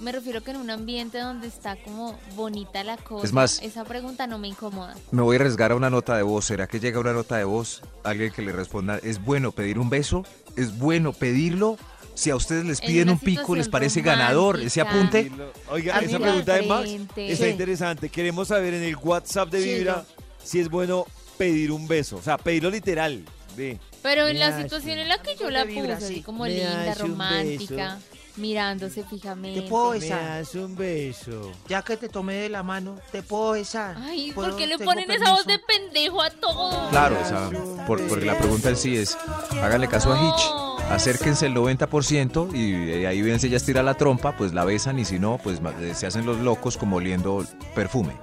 Speaker 5: me refiero que en un ambiente donde está como bonita la cosa,
Speaker 4: más-
Speaker 5: esa pregunta no me incomoda.
Speaker 4: Me voy a arriesgar a una nota de voz. ¿Será que llega una nota de voz? Alguien que le responda, ¿es bueno pedir un beso? ¿Es bueno pedirlo? Si a ustedes les
Speaker 5: En
Speaker 4: piden
Speaker 5: una
Speaker 4: un pico, ¿les
Speaker 5: situación
Speaker 4: parece ganador ese
Speaker 5: romántica.
Speaker 4: apunte?
Speaker 2: Oiga,
Speaker 5: A mí
Speaker 2: esa
Speaker 5: me
Speaker 2: pregunta de Max
Speaker 5: diferente.
Speaker 2: está
Speaker 5: Sí.
Speaker 2: interesante. Queremos saber en el WhatsApp de
Speaker 8: Sí,
Speaker 2: Vibra si es bueno pedir un beso. O sea, pedirlo literal. Ve.
Speaker 5: Pero en
Speaker 9: Me
Speaker 5: la
Speaker 9: das
Speaker 5: situación
Speaker 9: un-
Speaker 5: en la que yo
Speaker 9: ¿Cómo
Speaker 5: la
Speaker 9: te
Speaker 5: puse,
Speaker 9: vibra
Speaker 5: así
Speaker 9: así?
Speaker 5: como
Speaker 9: Me
Speaker 5: linda,
Speaker 9: das un
Speaker 5: romántica, mirándose fijamente.
Speaker 8: Te puedo
Speaker 9: Me
Speaker 8: besar.
Speaker 9: das un beso.
Speaker 8: Ya que te tomé de la mano, te puedo besar.
Speaker 5: Ay, ¿por
Speaker 8: ¿Puedo-
Speaker 5: qué le
Speaker 8: tengo
Speaker 5: ponen esa voz de
Speaker 8: permiso?
Speaker 5: pendejo a todo?
Speaker 4: Claro, esa- por, porque la pregunta en sí es, háganle caso a Hitch, acérquense el 90% y eh, ahí ven si ella estira la trompa, pues la besan y si no, pues ma- eh, se hacen los locos como oliendo perfume.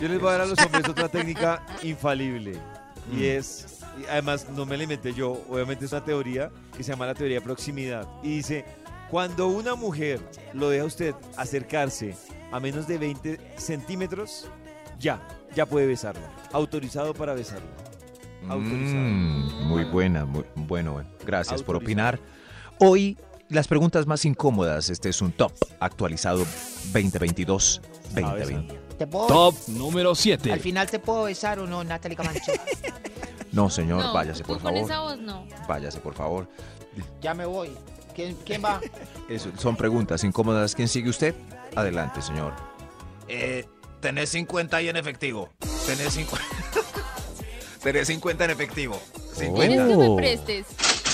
Speaker 2: Yo les voy a dar a los hombres otra técnica infalible.
Speaker 9: Mm.
Speaker 2: Y es, y además no me la inventé yo, obviamente es una teoría que se llama la teoría de proximidad. Y dice, cuando una mujer lo deja a usted acercarse a menos de 20 centímetros, ya, ya puede besarla. Autorizado para besarla. Autorizado.
Speaker 4: Mm, muy buena, muy bueno, bueno. Gracias por
Speaker 2: Autorizado.
Speaker 4: opinar. Hoy las preguntas más incómodas, este es un top actualizado 2022 2020.
Speaker 8: ¿Te puedo-
Speaker 11: Top número
Speaker 8: Al
Speaker 11: 7.
Speaker 8: final te puedo besar o no, Natalie Camacho.
Speaker 4: No, señor,
Speaker 5: No,
Speaker 4: váyase
Speaker 5: tú
Speaker 4: por
Speaker 5: con
Speaker 4: favor.
Speaker 5: esa voz no.
Speaker 4: Váyase por favor.
Speaker 8: ya me voy. ¿Quién, quién va?
Speaker 4: Eso, son preguntas incómodas. ¿Quién sigue usted? Adelante, señor.
Speaker 6: Eh, tenés 50 ahí en efectivo. Tenés 50. tenés 50 en efectivo.
Speaker 5: ¿Quieres que me
Speaker 4: Oh.
Speaker 5: prestes?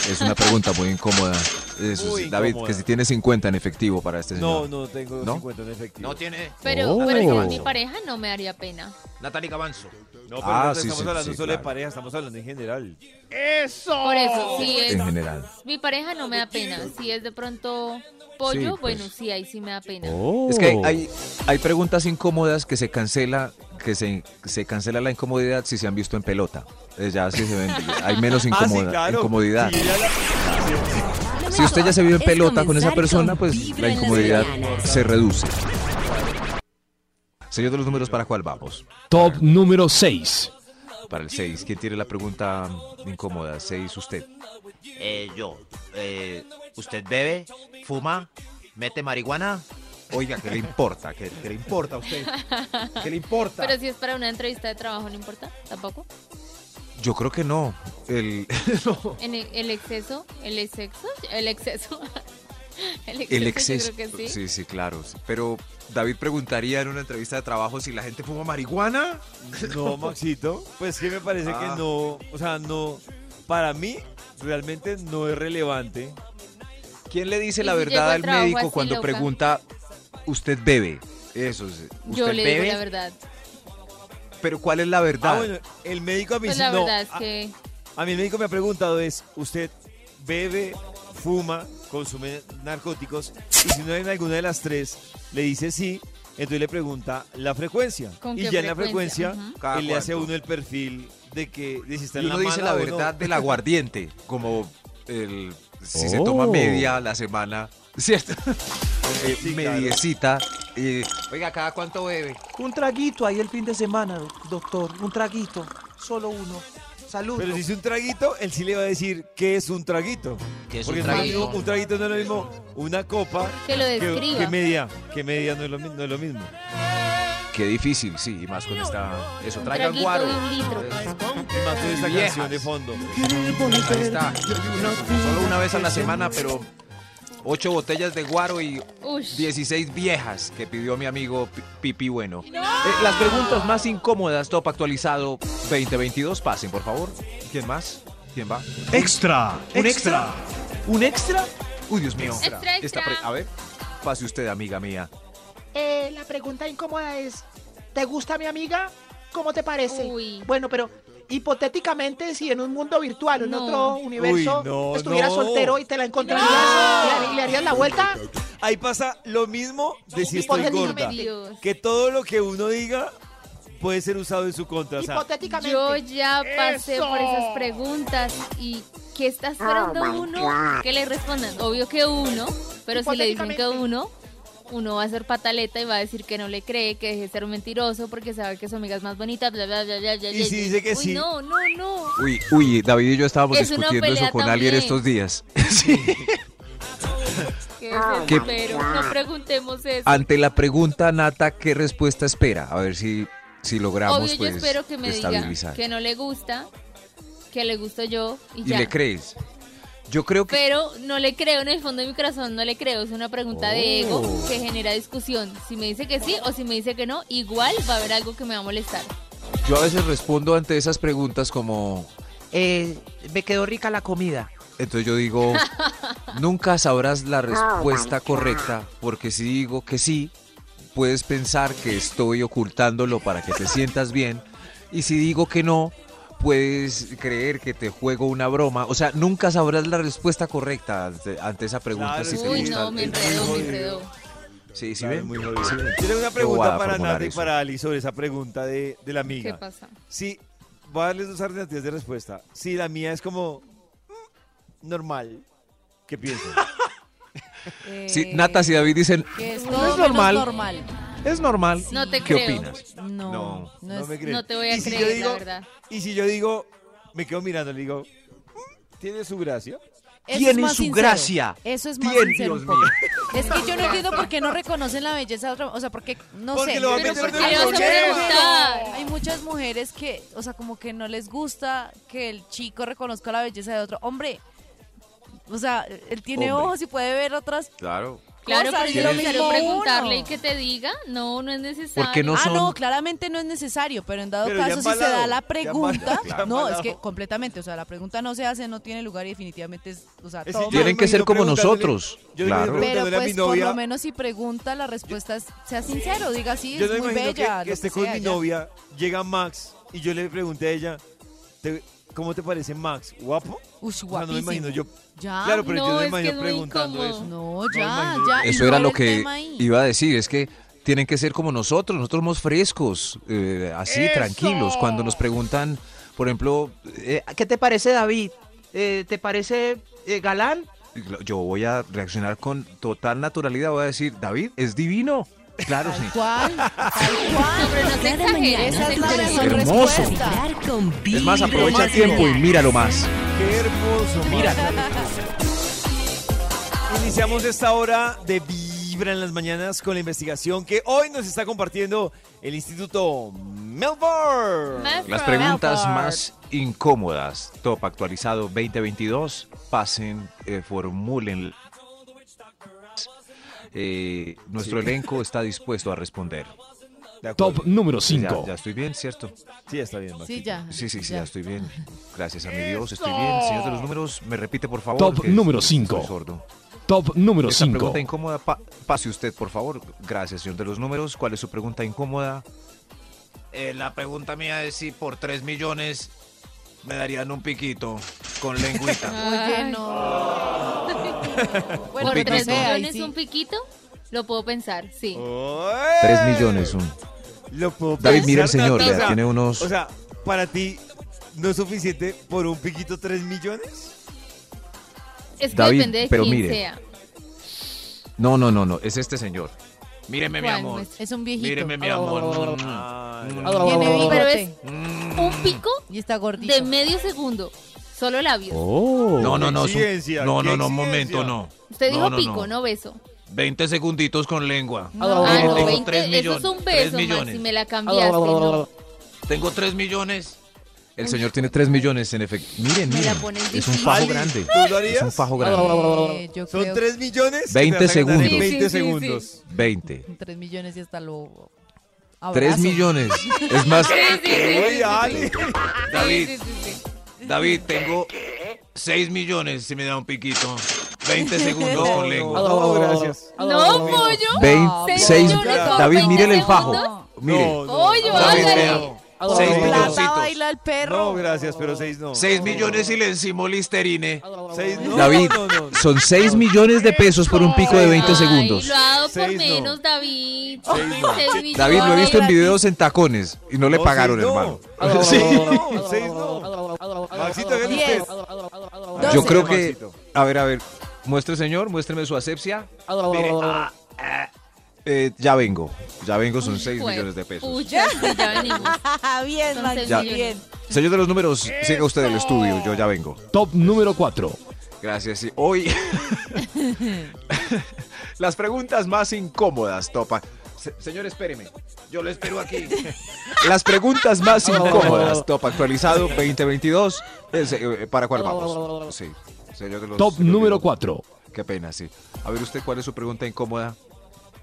Speaker 4: Es una pregunta muy incómoda. Eso
Speaker 2: Muy
Speaker 4: sí, David,
Speaker 2: incómoda.
Speaker 4: que si tiene 50 en efectivo para este
Speaker 2: No,
Speaker 4: señor.
Speaker 2: no tengo
Speaker 4: ¿No?
Speaker 2: 50 en efectivo.
Speaker 6: No tiene.
Speaker 5: Pero,
Speaker 4: Oh.
Speaker 5: pero si es mi pareja no me haría pena.
Speaker 6: Natalie Gavanzo.
Speaker 2: No, pero
Speaker 4: Ah,
Speaker 2: no
Speaker 4: sí,
Speaker 2: estamos
Speaker 4: sí,
Speaker 2: hablando
Speaker 4: sí,
Speaker 2: solo
Speaker 4: claro.
Speaker 2: de pareja, estamos hablando en general.
Speaker 7: ¡Eso!
Speaker 5: Por eso, si es
Speaker 4: En general.
Speaker 5: mi pareja no me da pena. Si es de pronto pollo,
Speaker 4: Sí, pues. Oh.
Speaker 5: bueno, sí, ahí sí me da pena.
Speaker 4: Es que hay,
Speaker 2: Oh.
Speaker 4: hay, hay preguntas incómodas que se cancela, que se, se cancela la incomodidad si se han visto en pelota. Eh, Ya si se ven, hay menos
Speaker 2: Ah, sí,
Speaker 4: incomoda-
Speaker 2: claro.
Speaker 4: incomodidad.
Speaker 2: Sí, ya la-
Speaker 4: Si usted ya se vio en pelota con esa persona, pues la incomodidad se reduce. Señor de los números, ¿para cuál vamos?
Speaker 11: Top número 6.
Speaker 4: Para el 6. ¿Quién tiene la pregunta incómoda? 6, usted.
Speaker 9: Eh, yo. Eh, ¿Usted bebe? ¿Fuma? ¿Mete marihuana?
Speaker 4: Oiga, ¿qué le importa? ¿Qué, qué le importa a usted? ¿Qué le importa?
Speaker 5: Pero si es para una entrevista de trabajo, no importa, tampoco.
Speaker 4: Yo creo que no. El,
Speaker 5: En el, el exceso, el exceso, el exceso. El exceso,
Speaker 4: el
Speaker 5: yo
Speaker 4: exceso.
Speaker 5: creo que sí.
Speaker 4: sí, sí, claro. sí. Pero David preguntaría en una entrevista de trabajo si la gente fuma marihuana.
Speaker 2: No, Maxito, pues que me parece
Speaker 4: Ah.
Speaker 2: que no, o sea, no, para mí realmente no es relevante.
Speaker 4: ¿Quién le dice
Speaker 5: ¿Y
Speaker 4: la
Speaker 5: si llego
Speaker 4: verdad
Speaker 5: al
Speaker 4: al
Speaker 5: trabajo
Speaker 4: médico
Speaker 5: así
Speaker 4: cuando
Speaker 5: loca?
Speaker 4: pregunta, ¿usted bebe? Eso, sí. ¿usted
Speaker 5: Yo le
Speaker 4: bebe?
Speaker 5: digo la verdad.
Speaker 4: Pero ¿cuál es la verdad?
Speaker 2: Ah, bueno, el médico a mí
Speaker 5: Pues
Speaker 2: sí-
Speaker 5: la
Speaker 2: no, Ah,
Speaker 5: verdad es
Speaker 4: ah,
Speaker 2: a-
Speaker 5: que
Speaker 2: a, mí el médico me ha preguntado es, ¿usted bebe, fuma, consume narcóticos? Y si no hay en alguna de las tres, le dice sí, entonces le pregunta la frecuencia.
Speaker 5: ¿Con
Speaker 2: y
Speaker 5: qué
Speaker 2: ya en la
Speaker 5: frecuencia?
Speaker 2: frecuencia,
Speaker 4: Cada
Speaker 2: él le hace a
Speaker 4: cuánto.
Speaker 2: uno el perfil de que de si está
Speaker 4: Y
Speaker 2: en
Speaker 4: uno
Speaker 2: la
Speaker 4: dice
Speaker 2: mala
Speaker 4: la
Speaker 2: o no.
Speaker 4: verdad del aguardiente, como el, si se
Speaker 11: Oh.
Speaker 4: toma media a la semana, ¿cierto? Eh,
Speaker 2: Sí, claro.
Speaker 4: mediecita. eh,
Speaker 6: Oiga, ¿cada cuánto bebe?
Speaker 8: Un traguito ahí el fin de semana, doctor. Un traguito. Solo uno. Salud.
Speaker 2: Pero si es un traguito, él sí le va a decir qué es un traguito.
Speaker 9: ¿Qué es
Speaker 2: Porque
Speaker 9: un
Speaker 2: no es lo
Speaker 9: traguito?
Speaker 2: mismo- un traguito no es lo mismo una copa
Speaker 5: que lo
Speaker 2: que,
Speaker 5: describa.
Speaker 2: que media. Que media no es lo, mi- no es lo mismo.
Speaker 4: qué difícil, sí, y más con esta. Eso,
Speaker 5: Un
Speaker 4: traigan
Speaker 5: traguito
Speaker 4: guaro.
Speaker 5: de un litro.
Speaker 2: Y más con esta
Speaker 4: Viejas.
Speaker 2: canción de fondo.
Speaker 4: Ahí está. Solo una vez a la semana, pero ocho botellas de guaro y
Speaker 5: Ush.
Speaker 4: 16 viejas que pidió mi amigo Pi- Pipi Bueno. Eh, las preguntas más incómodas, top actualizado 2022. Pasen, por favor. ¿Quién más? ¿Quién va?
Speaker 3: Extra.
Speaker 4: ¿Un extra? ¿Un extra? Uy, Dios mío.
Speaker 5: Extra, extra.
Speaker 4: Esta pre- a ver, pase usted, amiga mía.
Speaker 7: Eh, la pregunta incómoda es, ¿te gusta mi amiga? ¿Cómo te parece?
Speaker 5: Uy.
Speaker 7: Bueno, pero hipotéticamente, si en un mundo virtual, en
Speaker 5: No.
Speaker 7: otro universo,
Speaker 2: Uy, no,
Speaker 7: estuvieras
Speaker 2: no.
Speaker 7: soltero y te la encontrarías y le har- y le harías la vuelta,
Speaker 2: Ahí pasa lo mismo de si estoy
Speaker 7: Hipotéticamente.
Speaker 2: gorda.
Speaker 5: Dios.
Speaker 2: Que todo lo que uno diga puede ser usado en su contra. O sea,
Speaker 7: hipotéticamente.
Speaker 5: Yo ya pasé por esas
Speaker 7: ¡Eso! Oh
Speaker 5: preguntas y ¿qué está esperando uno? Que le respondan. Obvio que uno, pero si le dicen que
Speaker 7: Hipotéticamente.
Speaker 5: uno, uno va a ser pataleta y va a decir que no le cree, que deje de ser un mentiroso porque sabe que su amiga es más bonita, bla, bla, bla, bla, bla.
Speaker 2: Y
Speaker 5: bla,
Speaker 2: si
Speaker 5: bla.
Speaker 2: dice que
Speaker 5: Uy,
Speaker 2: sí.
Speaker 5: No, no, no.
Speaker 4: Uy, uy, David y yo estábamos
Speaker 5: Es una
Speaker 4: discutiendo eso
Speaker 5: pelea
Speaker 4: con alguien
Speaker 5: también.
Speaker 4: estos días.
Speaker 5: Qué
Speaker 7: Oh
Speaker 5: desespero. No preguntemos eso.
Speaker 4: Ante la pregunta, Nata, ¿qué respuesta espera? A ver si, si logramos
Speaker 5: Obvio yo
Speaker 4: pues,
Speaker 5: espero que me diga
Speaker 4: estabilizar.
Speaker 5: que no le gusta, que le gusto yo y
Speaker 4: ¿Y
Speaker 5: ya.
Speaker 4: le crees? Yo creo que
Speaker 5: Pero no le creo, en el fondo de mi corazón no le creo. Es una pregunta de ego
Speaker 4: Oh.
Speaker 5: que genera discusión. Si me dice que sí o si me dice que no, igual va a haber algo que me va a molestar.
Speaker 4: yo a veces respondo ante esas preguntas como,
Speaker 8: eh, me quedó rica la comida.
Speaker 4: Entonces yo digo, nunca sabrás la respuesta correcta, porque si digo que sí, puedes pensar que estoy ocultándolo para que te sientas bien, y si digo que no, puedes creer que te juego una broma. O sea, nunca sabrás la respuesta correcta ante, ante esa pregunta.
Speaker 5: Uy,
Speaker 4: si te gusta
Speaker 5: no,
Speaker 4: el-
Speaker 5: me
Speaker 4: el-
Speaker 5: enredó, me enredó.
Speaker 4: Sí, sí,
Speaker 2: Claro,
Speaker 4: ven.
Speaker 2: muy
Speaker 4: Sí, ven.
Speaker 2: Tiene una
Speaker 4: Yo voy
Speaker 2: pregunta
Speaker 4: a
Speaker 2: para
Speaker 4: formular
Speaker 2: Nata y
Speaker 4: eso.
Speaker 2: para Ali sobre esa pregunta de, de la amiga.
Speaker 5: ¿Qué pasa?
Speaker 2: Sí, voy a darles dos alternativas de respuesta. Si la mía es como mm, normal, ¿qué piensan?
Speaker 4: Sí, Nata, si David dicen,
Speaker 5: Que es
Speaker 4: "No
Speaker 5: todo
Speaker 4: es
Speaker 5: menos
Speaker 4: normal,
Speaker 5: normal.
Speaker 4: es normal.
Speaker 5: No te
Speaker 4: ¿Qué
Speaker 5: creo.
Speaker 4: opinas?
Speaker 5: No, no,
Speaker 2: no
Speaker 5: es-
Speaker 2: me creen.
Speaker 5: no te voy a
Speaker 2: ¿Y si yo
Speaker 5: creer,
Speaker 2: digo-
Speaker 5: la verdad.
Speaker 2: Y si yo digo, me quedo mirando, le digo, "Mm, ¿tiene su gracia?
Speaker 12: Eso es
Speaker 9: Tiene
Speaker 12: más
Speaker 9: su
Speaker 12: sincero.
Speaker 9: gracia.
Speaker 12: Eso es más
Speaker 9: Tiene,
Speaker 12: sincero un
Speaker 9: Dios
Speaker 12: poco.
Speaker 9: mío.
Speaker 12: Es que yo no entiendo por qué no reconocen la belleza de otra, o sea, porque no
Speaker 2: Porque
Speaker 12: sé.
Speaker 2: lo va a
Speaker 12: Pero
Speaker 2: meter
Speaker 12: ¿por
Speaker 2: dentro
Speaker 12: qué
Speaker 2: del
Speaker 12: no se
Speaker 2: bolsillo.
Speaker 12: preguntan? Hay muchas mujeres que, o sea, como que no les gusta que el chico reconozca la belleza de otro hombre. O sea, él tiene
Speaker 4: Hombre.
Speaker 12: ojos y puede ver otras.
Speaker 4: Claro.
Speaker 5: Claro,
Speaker 12: Cosas,
Speaker 5: pero
Speaker 12: y
Speaker 5: yo
Speaker 12: lo
Speaker 5: no quiero
Speaker 12: mismo
Speaker 5: preguntarle y
Speaker 12: uno.
Speaker 5: que te diga. No, no es necesario.
Speaker 4: Porque no
Speaker 12: ah,
Speaker 4: son-
Speaker 12: no, claramente no es necesario, pero en dado
Speaker 2: Pero ya
Speaker 12: caso, si se
Speaker 2: embalado,
Speaker 12: da la
Speaker 2: ya
Speaker 12: pregunta,
Speaker 2: embalado, ya
Speaker 12: no, es
Speaker 2: embalado.
Speaker 12: que completamente, o sea, la pregunta no se hace, no tiene lugar y definitivamente es, o sea,
Speaker 2: Es decir,
Speaker 12: todo
Speaker 2: yo me
Speaker 4: Tienen que ser
Speaker 2: imagino
Speaker 4: como
Speaker 2: preguntándole-
Speaker 4: nosotros.
Speaker 2: Yo me imagino
Speaker 4: Claro.
Speaker 12: Pero
Speaker 2: preguntándole a mi
Speaker 12: pues por
Speaker 2: novia,
Speaker 12: lo menos si pregunta, la respuesta es, sea sincero, diga sí,
Speaker 2: yo
Speaker 12: es
Speaker 2: no me
Speaker 12: muy
Speaker 2: imagino que-
Speaker 12: bella.
Speaker 2: que,
Speaker 12: lo
Speaker 2: esté
Speaker 12: que
Speaker 2: con
Speaker 12: sea,
Speaker 2: mi
Speaker 12: ya.
Speaker 2: novia, llega Max y yo le pregunté a ella, "¿Te- ¿cómo te parece Max? ¿Guapo?
Speaker 12: Ush,
Speaker 2: O sea, no me imagino
Speaker 12: guapísimo. Ah,
Speaker 2: yo.
Speaker 12: Ya.
Speaker 2: claro, pero yo
Speaker 5: no,
Speaker 2: no me
Speaker 5: es que
Speaker 2: imagino
Speaker 5: es muy
Speaker 2: preguntando
Speaker 5: incómodo.
Speaker 2: eso.
Speaker 12: No,
Speaker 2: me
Speaker 12: ya,
Speaker 2: imagino.
Speaker 12: ya.
Speaker 4: Eso era
Speaker 12: ignorar
Speaker 4: lo
Speaker 12: ah, el
Speaker 4: que
Speaker 12: tema ahí.
Speaker 4: iba a decir, es que tienen que ser como nosotros, nosotros somos frescos, eh, así,
Speaker 7: ¡Eso!
Speaker 4: tranquilos, cuando nos preguntan, por ejemplo, eh,
Speaker 8: ¿Qué te parece, David? Eh, ¿Te parece eh, galán?
Speaker 4: yo voy a reaccionar con total naturalidad, voy a decir, David, es divino. Claro, sí.
Speaker 12: Tal cual, tal
Speaker 5: No,
Speaker 12: cual.
Speaker 5: pero no te
Speaker 1: Cada
Speaker 5: exageres.
Speaker 1: mañana
Speaker 5: no te
Speaker 12: Esa es la
Speaker 5: exageres.
Speaker 12: mejor
Speaker 4: Hermoso.
Speaker 12: respuesta.
Speaker 1: Vibrar con
Speaker 4: Es más,
Speaker 1: Vibra
Speaker 4: aprovecha el
Speaker 1: más
Speaker 4: tiempo y
Speaker 1: real.
Speaker 4: míralo más.
Speaker 2: Qué hermoso, Iniciamos esta hora de Vibra en las mañanas con la investigación que hoy nos está compartiendo el Instituto Melbourne.
Speaker 5: Más probable.
Speaker 4: Las preguntas más incómodas, top actualizado 2022, pasen, eh, formulen. Eh, nuestro elenco está dispuesto a responder.
Speaker 2: De acuerdo.
Speaker 11: Top número
Speaker 4: Pues, Ya,
Speaker 11: 5.
Speaker 4: ya estoy bien, ¿cierto?
Speaker 2: Sí, está bien, Maxito.
Speaker 12: Sí, ya.
Speaker 4: Sí, sí, sí,
Speaker 12: ya.
Speaker 4: ya estoy bien. Gracias a mi Dios, estoy bien. Señor de los números, me repite, por favor.
Speaker 11: Top
Speaker 4: que
Speaker 11: número
Speaker 4: estoy
Speaker 11: cinco.
Speaker 4: sordo.
Speaker 11: Top número
Speaker 4: Esta
Speaker 11: 5.
Speaker 4: pregunta incómoda, pa- pase usted, por favor. Gracias, señor de los números. ¿Cuál es su pregunta incómoda?
Speaker 9: Eh, la pregunta mía es si por 3 millones me darían un piquito con lengüita.
Speaker 12: Oye,
Speaker 5: Ay.
Speaker 12: no. Bueno,
Speaker 5: Por
Speaker 12: pero
Speaker 5: tres
Speaker 12: no sé, ahí
Speaker 5: millones
Speaker 12: sí.
Speaker 5: un piquito, lo puedo pensar, sí.
Speaker 2: ¡Oye!
Speaker 4: Tres millones. un-
Speaker 2: Lo puedo
Speaker 4: David, mira el
Speaker 2: pensar,
Speaker 4: señor,
Speaker 2: Nata.
Speaker 4: vea,
Speaker 2: O sea,
Speaker 4: tiene unos-
Speaker 2: O sea, para ti, ¿no es suficiente por un piquito tres millones?
Speaker 5: Es que
Speaker 4: David,
Speaker 5: depende de
Speaker 4: pero
Speaker 5: quién
Speaker 4: mire,
Speaker 5: sea.
Speaker 4: No, no, no, no. Es este señor.
Speaker 9: Míreme, mi
Speaker 5: ¿Cuál? Este Oh.
Speaker 9: amor.
Speaker 12: Es un viejito.
Speaker 9: Míreme, mi amor.
Speaker 4: Ah, Mm.
Speaker 9: Mm,
Speaker 4: Oh.
Speaker 12: Tiene bigote
Speaker 5: Pero es un pico
Speaker 12: y está gordito.
Speaker 5: de medio segundo. Solo labios.
Speaker 4: No, no, no.
Speaker 2: Qué
Speaker 4: su-
Speaker 2: exigencia,
Speaker 4: No,
Speaker 2: qué
Speaker 4: no, no,
Speaker 2: exigencia.
Speaker 4: momento, no.
Speaker 5: Usted
Speaker 4: No,
Speaker 5: dijo
Speaker 4: no,
Speaker 5: pico, no.
Speaker 4: no.
Speaker 5: beso.
Speaker 9: 20 segunditos con lengua.
Speaker 12: No.
Speaker 5: ah, no,
Speaker 9: tengo
Speaker 5: 20,
Speaker 9: tres millones,
Speaker 5: eso es
Speaker 9: tres
Speaker 5: un beso, Max,
Speaker 9: millones.
Speaker 5: si me la cambiaste. no.
Speaker 9: Tengo 3 millones.
Speaker 4: El señor tiene tres millones en efecto. Miren,
Speaker 5: Me la
Speaker 4: miren.
Speaker 5: pones
Speaker 4: Es un
Speaker 5: difícil.
Speaker 4: fajo
Speaker 2: Ali,
Speaker 4: grande.
Speaker 2: ¿Tú lo
Speaker 4: Es un
Speaker 2: harías?
Speaker 4: fajo grande.
Speaker 12: Eh, yo
Speaker 2: Son
Speaker 12: creo
Speaker 2: tres millones.
Speaker 4: 20
Speaker 2: que te arreglan en
Speaker 4: segundos.
Speaker 5: Sí, sí,
Speaker 2: 20
Speaker 5: sí,
Speaker 2: segundos.
Speaker 5: sí.
Speaker 4: 20.
Speaker 12: 3 millones y hasta lo.
Speaker 4: Tres
Speaker 12: abrazo.
Speaker 4: millones. Es más.
Speaker 5: Sí, sí, sí, sí, sí,
Speaker 2: Oye,
Speaker 5: sí.
Speaker 2: Ali.
Speaker 9: David,
Speaker 5: Sí, sí, sí, sí.
Speaker 9: David, tengo 6 millones si me da un piquito. 20 segundos
Speaker 2: No,
Speaker 9: con lengua.
Speaker 2: no,
Speaker 4: Oh,
Speaker 2: gracias.
Speaker 5: No, pollo.
Speaker 12: No.
Speaker 4: 20, seis-
Speaker 5: millones por
Speaker 4: David,
Speaker 5: 20
Speaker 4: mírele el
Speaker 5: segundos.
Speaker 4: fajo. Mire.
Speaker 2: No, no.
Speaker 5: Pollo,
Speaker 9: David,
Speaker 5: hágale.
Speaker 9: vea.
Speaker 12: Por
Speaker 9: Seis
Speaker 12: plata
Speaker 9: milloncitos.
Speaker 12: baila el perro.
Speaker 2: No, gracias, pero seis no.
Speaker 9: 6 millones y le encimo listerine.
Speaker 2: Seis no.
Speaker 4: David,
Speaker 2: no, no, no.
Speaker 4: son 6 millones de pesos por un pico de 20
Speaker 5: Ay,
Speaker 4: segundos.
Speaker 5: Lo ha dado por
Speaker 2: Seis no.
Speaker 5: menos, David.
Speaker 2: Seis no.
Speaker 5: Seis millones.
Speaker 4: David, lo he visto en videos en tacones y no le
Speaker 2: No,
Speaker 4: pagaron,
Speaker 2: seis no.
Speaker 4: hermano.
Speaker 2: Sí. No, seis no. Maxito, hágale usted.
Speaker 12: Diez.
Speaker 4: Yo
Speaker 12: Doce.
Speaker 4: creo que.
Speaker 2: Maxito.
Speaker 4: A ver, a ver. Muestre, señor, muéstreme su asepsia. Mire, ah, ah. Eh, ya vengo. Ya vengo, son 6
Speaker 5: Hijo de
Speaker 4: millones de pesos.
Speaker 5: pucha, sí, ya venimos.
Speaker 12: bien,
Speaker 5: Son
Speaker 12: Maxi,
Speaker 5: seis
Speaker 4: Ya.
Speaker 12: bien.
Speaker 5: millones.
Speaker 4: Señor de los números, siga usted el estudio, yo ya vengo.
Speaker 11: Top número 4.
Speaker 4: Gracias. sí. Hoy. Las preguntas más incómodas, Topa. Se- señor, espéreme.
Speaker 9: Yo lo espero aquí.
Speaker 4: Las preguntas más
Speaker 11: Oh.
Speaker 4: incómodas, Top actualizado 2022. Es, eh, ¿Para cuál vamos? Sí. Señor de los
Speaker 11: Oh. Top
Speaker 4: de los-
Speaker 11: número 4.
Speaker 4: Qué pena, sí. A ver, usted, ¿cuál es su pregunta incómoda?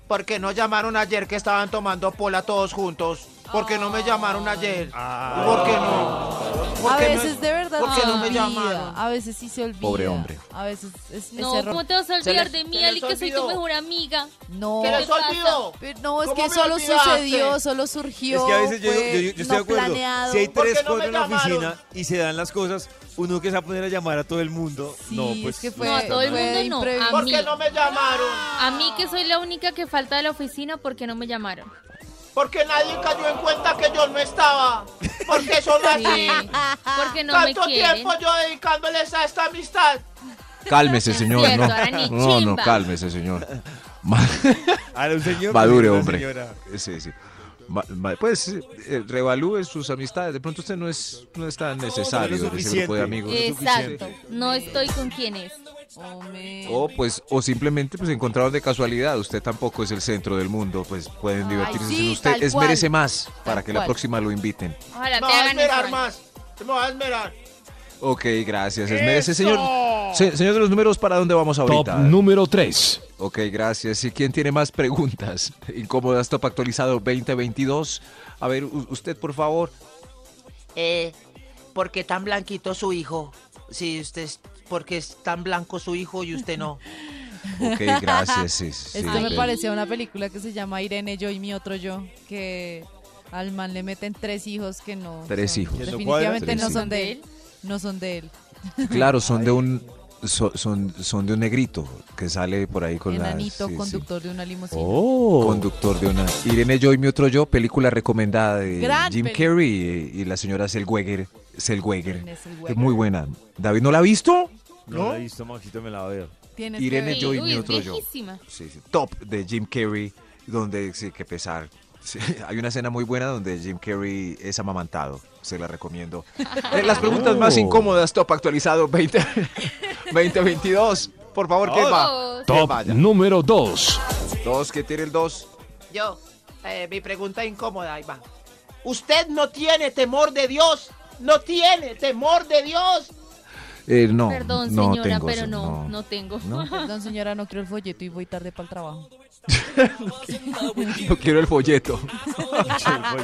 Speaker 9: ¿Por qué no llamaron ayer que estaban tomando pola todos juntos? ¿Por qué no me llamaron ayer? ¿Por qué no?
Speaker 12: a
Speaker 5: qué
Speaker 12: veces
Speaker 5: no-
Speaker 12: de verdad
Speaker 5: por qué
Speaker 12: se
Speaker 5: no me
Speaker 12: olvida,
Speaker 5: llamaron?
Speaker 12: a veces sí se olvida.
Speaker 4: Pobre hombre.
Speaker 12: A veces es, es
Speaker 5: No,
Speaker 12: error.
Speaker 5: ¿cómo te vas a olvidar de mí, Ali, que soy tu mejor amiga?
Speaker 12: No.
Speaker 5: ¿Qué te pasa?
Speaker 12: Pero no, es
Speaker 5: ¿Cómo
Speaker 12: que
Speaker 5: me
Speaker 12: solo
Speaker 5: olvidaste?
Speaker 12: sucedió, solo surgió.
Speaker 2: Es que a veces yo,
Speaker 12: fue
Speaker 2: yo- yo- yo estoy de
Speaker 12: no
Speaker 2: acuerdo.
Speaker 12: planeado.
Speaker 2: Si hay tres, cuatro en la oficina y se dan las cosas, uno que se va a poner a llamar a todo el mundo. no, pues
Speaker 12: que
Speaker 2: no
Speaker 12: fue-
Speaker 5: No, a
Speaker 2: está
Speaker 5: todo el
Speaker 2: mal.
Speaker 5: mundo no. Ah,
Speaker 12: imprevisto.
Speaker 5: A
Speaker 12: ¿Por
Speaker 5: mí.
Speaker 12: qué
Speaker 7: no me llamaron?
Speaker 5: A mí que soy la única que falta de la oficina porque no me llamaron.
Speaker 7: Porque nadie cayó en cuenta que yo no estaba. Porque son así.
Speaker 5: Porque no me
Speaker 7: Tanto
Speaker 5: quieren.
Speaker 7: tiempo yo dedicándoles a esta amistad.
Speaker 4: Cálmese, señor.
Speaker 5: cierto,
Speaker 4: no.
Speaker 5: ahora ni
Speaker 4: no, no,
Speaker 5: chimba.
Speaker 4: cálmese, señor.
Speaker 2: Ahora un señor.
Speaker 4: Madure,
Speaker 2: una
Speaker 4: hombre.
Speaker 2: señora.
Speaker 4: Sí, sí. Ma- ma- Pues eh, reevalúe sus amistades. De pronto usted no es, no es tan necesario
Speaker 2: No, no es
Speaker 4: en ese grupo
Speaker 2: suficiente.
Speaker 4: de amigos.
Speaker 5: Exacto. No estoy con quienes. Oh,
Speaker 4: O pues, o simplemente pues encontraron de casualidad. Usted tampoco es el centro del mundo. Pues pueden divertirse
Speaker 7: sí,
Speaker 4: sin usted.
Speaker 7: tal
Speaker 4: Es
Speaker 7: cual.
Speaker 4: merece más para que la
Speaker 7: cual.
Speaker 4: próxima lo inviten.
Speaker 5: Ojalá
Speaker 7: me
Speaker 5: te
Speaker 7: voy a
Speaker 5: hagan eso,
Speaker 7: esmerar
Speaker 5: Ali.
Speaker 7: más. Me voy a esmerar.
Speaker 4: Ok, gracias. Es merece,
Speaker 7: ¡Eso!
Speaker 4: señor. se- señor de los números, ¿para dónde vamos
Speaker 11: Top
Speaker 4: ahorita? eh.
Speaker 11: número 3.
Speaker 4: Ok, gracias. ¿Y quién tiene más preguntas? Incómodas Top actualizado 2022. A ver, u- usted, por favor.
Speaker 10: Eh, ¿Por qué tan blanquito su hijo? Si usted es, porque es tan blanco su hijo y usted no.
Speaker 4: Ok, gracias. sí, sí,
Speaker 12: Esto me
Speaker 4: sí.
Speaker 12: parecía una película que se llama Irene, yo y mi otro yo, que al man le meten tres hijos que no.
Speaker 4: Tres
Speaker 12: son-
Speaker 4: hijos. Que no
Speaker 12: Definitivamente
Speaker 4: cuadran.
Speaker 12: no
Speaker 4: Tres
Speaker 12: son de él. No son de él.
Speaker 4: Claro, son de un so- son, son de un negrito que sale por ahí con Pues la
Speaker 12: Enanito,
Speaker 4: sí, Oh, sí.
Speaker 12: conductor de una limusina.
Speaker 4: conductor de una Irene Yo y mi otro yo, película recomendada de
Speaker 12: Gran
Speaker 4: Jim
Speaker 12: peli-
Speaker 4: Carrey y, y la señora Selweger, Selweger.
Speaker 12: Irene Zellweger.
Speaker 4: Es muy buena. David no la ha visto?
Speaker 2: No, la he visto, Maxito, me la va a ver.
Speaker 12: Tienes
Speaker 4: Irene
Speaker 12: que-
Speaker 4: Yo y
Speaker 12: Uy,
Speaker 4: mi
Speaker 12: es
Speaker 4: otro yo.
Speaker 12: viejísima.
Speaker 4: Sí, sí. Top de Jim Carrey, donde sí que pesar. Sí, hay una escena muy buena donde Jim Carrey es amamantado. Se la recomiendo. Eh, las preguntas más
Speaker 11: Oh.
Speaker 4: incómodas, top actualizado 20, 2022. Por favor, ¿qué va?
Speaker 12: Oh.
Speaker 10: Dos.
Speaker 4: ¿Quién
Speaker 11: Top
Speaker 4: vaya?
Speaker 11: número 2.
Speaker 4: Dos, que tiene el dos?
Speaker 7: Yo, eh, mi pregunta incómoda, ahí va. ¿Usted no tiene temor de Dios? ¿No tiene temor de Dios?
Speaker 4: Eh, no,
Speaker 12: Perdón,
Speaker 4: no
Speaker 12: señora,
Speaker 4: tengo,
Speaker 12: pero
Speaker 4: se-
Speaker 12: no,
Speaker 4: no.
Speaker 5: tengo.
Speaker 12: Perdón, señora, no quiero el folleto y voy tarde para el trabajo.
Speaker 4: No quiero el folleto.
Speaker 7: ¿Usted no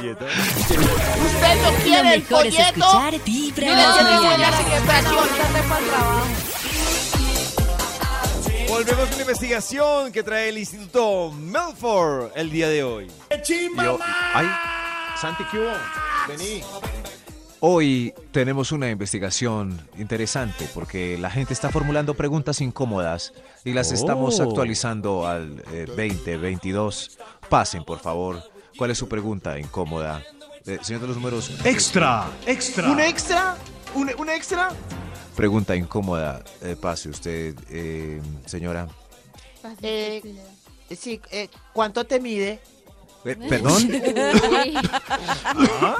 Speaker 7: quiere el
Speaker 1: mejor es
Speaker 7: folleto?
Speaker 1: escuchar Vibra en las
Speaker 7: Mire, qué
Speaker 1: mañanas.
Speaker 7: buena registración.
Speaker 2: Volvemos a una investigación que trae el Instituto Melford el día de hoy.
Speaker 4: Yo- ay,
Speaker 6: Santi, ¿qué hubo? Vení.
Speaker 4: Hoy tenemos una investigación interesante porque la gente está formulando preguntas incómodas y las
Speaker 11: Oh.
Speaker 4: estamos actualizando al eh, 2022. Pasen, por favor. ¿Cuál es su pregunta incómoda? Eh, señor de los números.
Speaker 3: Extra, extra.
Speaker 6: ¿Un extra? ¿Un, un extra?
Speaker 4: Pregunta incómoda. Eh, pase usted, eh, señora.
Speaker 7: Eh, sí, eh, ¿cuánto te mide?
Speaker 4: Eh, ¿Perdón?
Speaker 12: eh,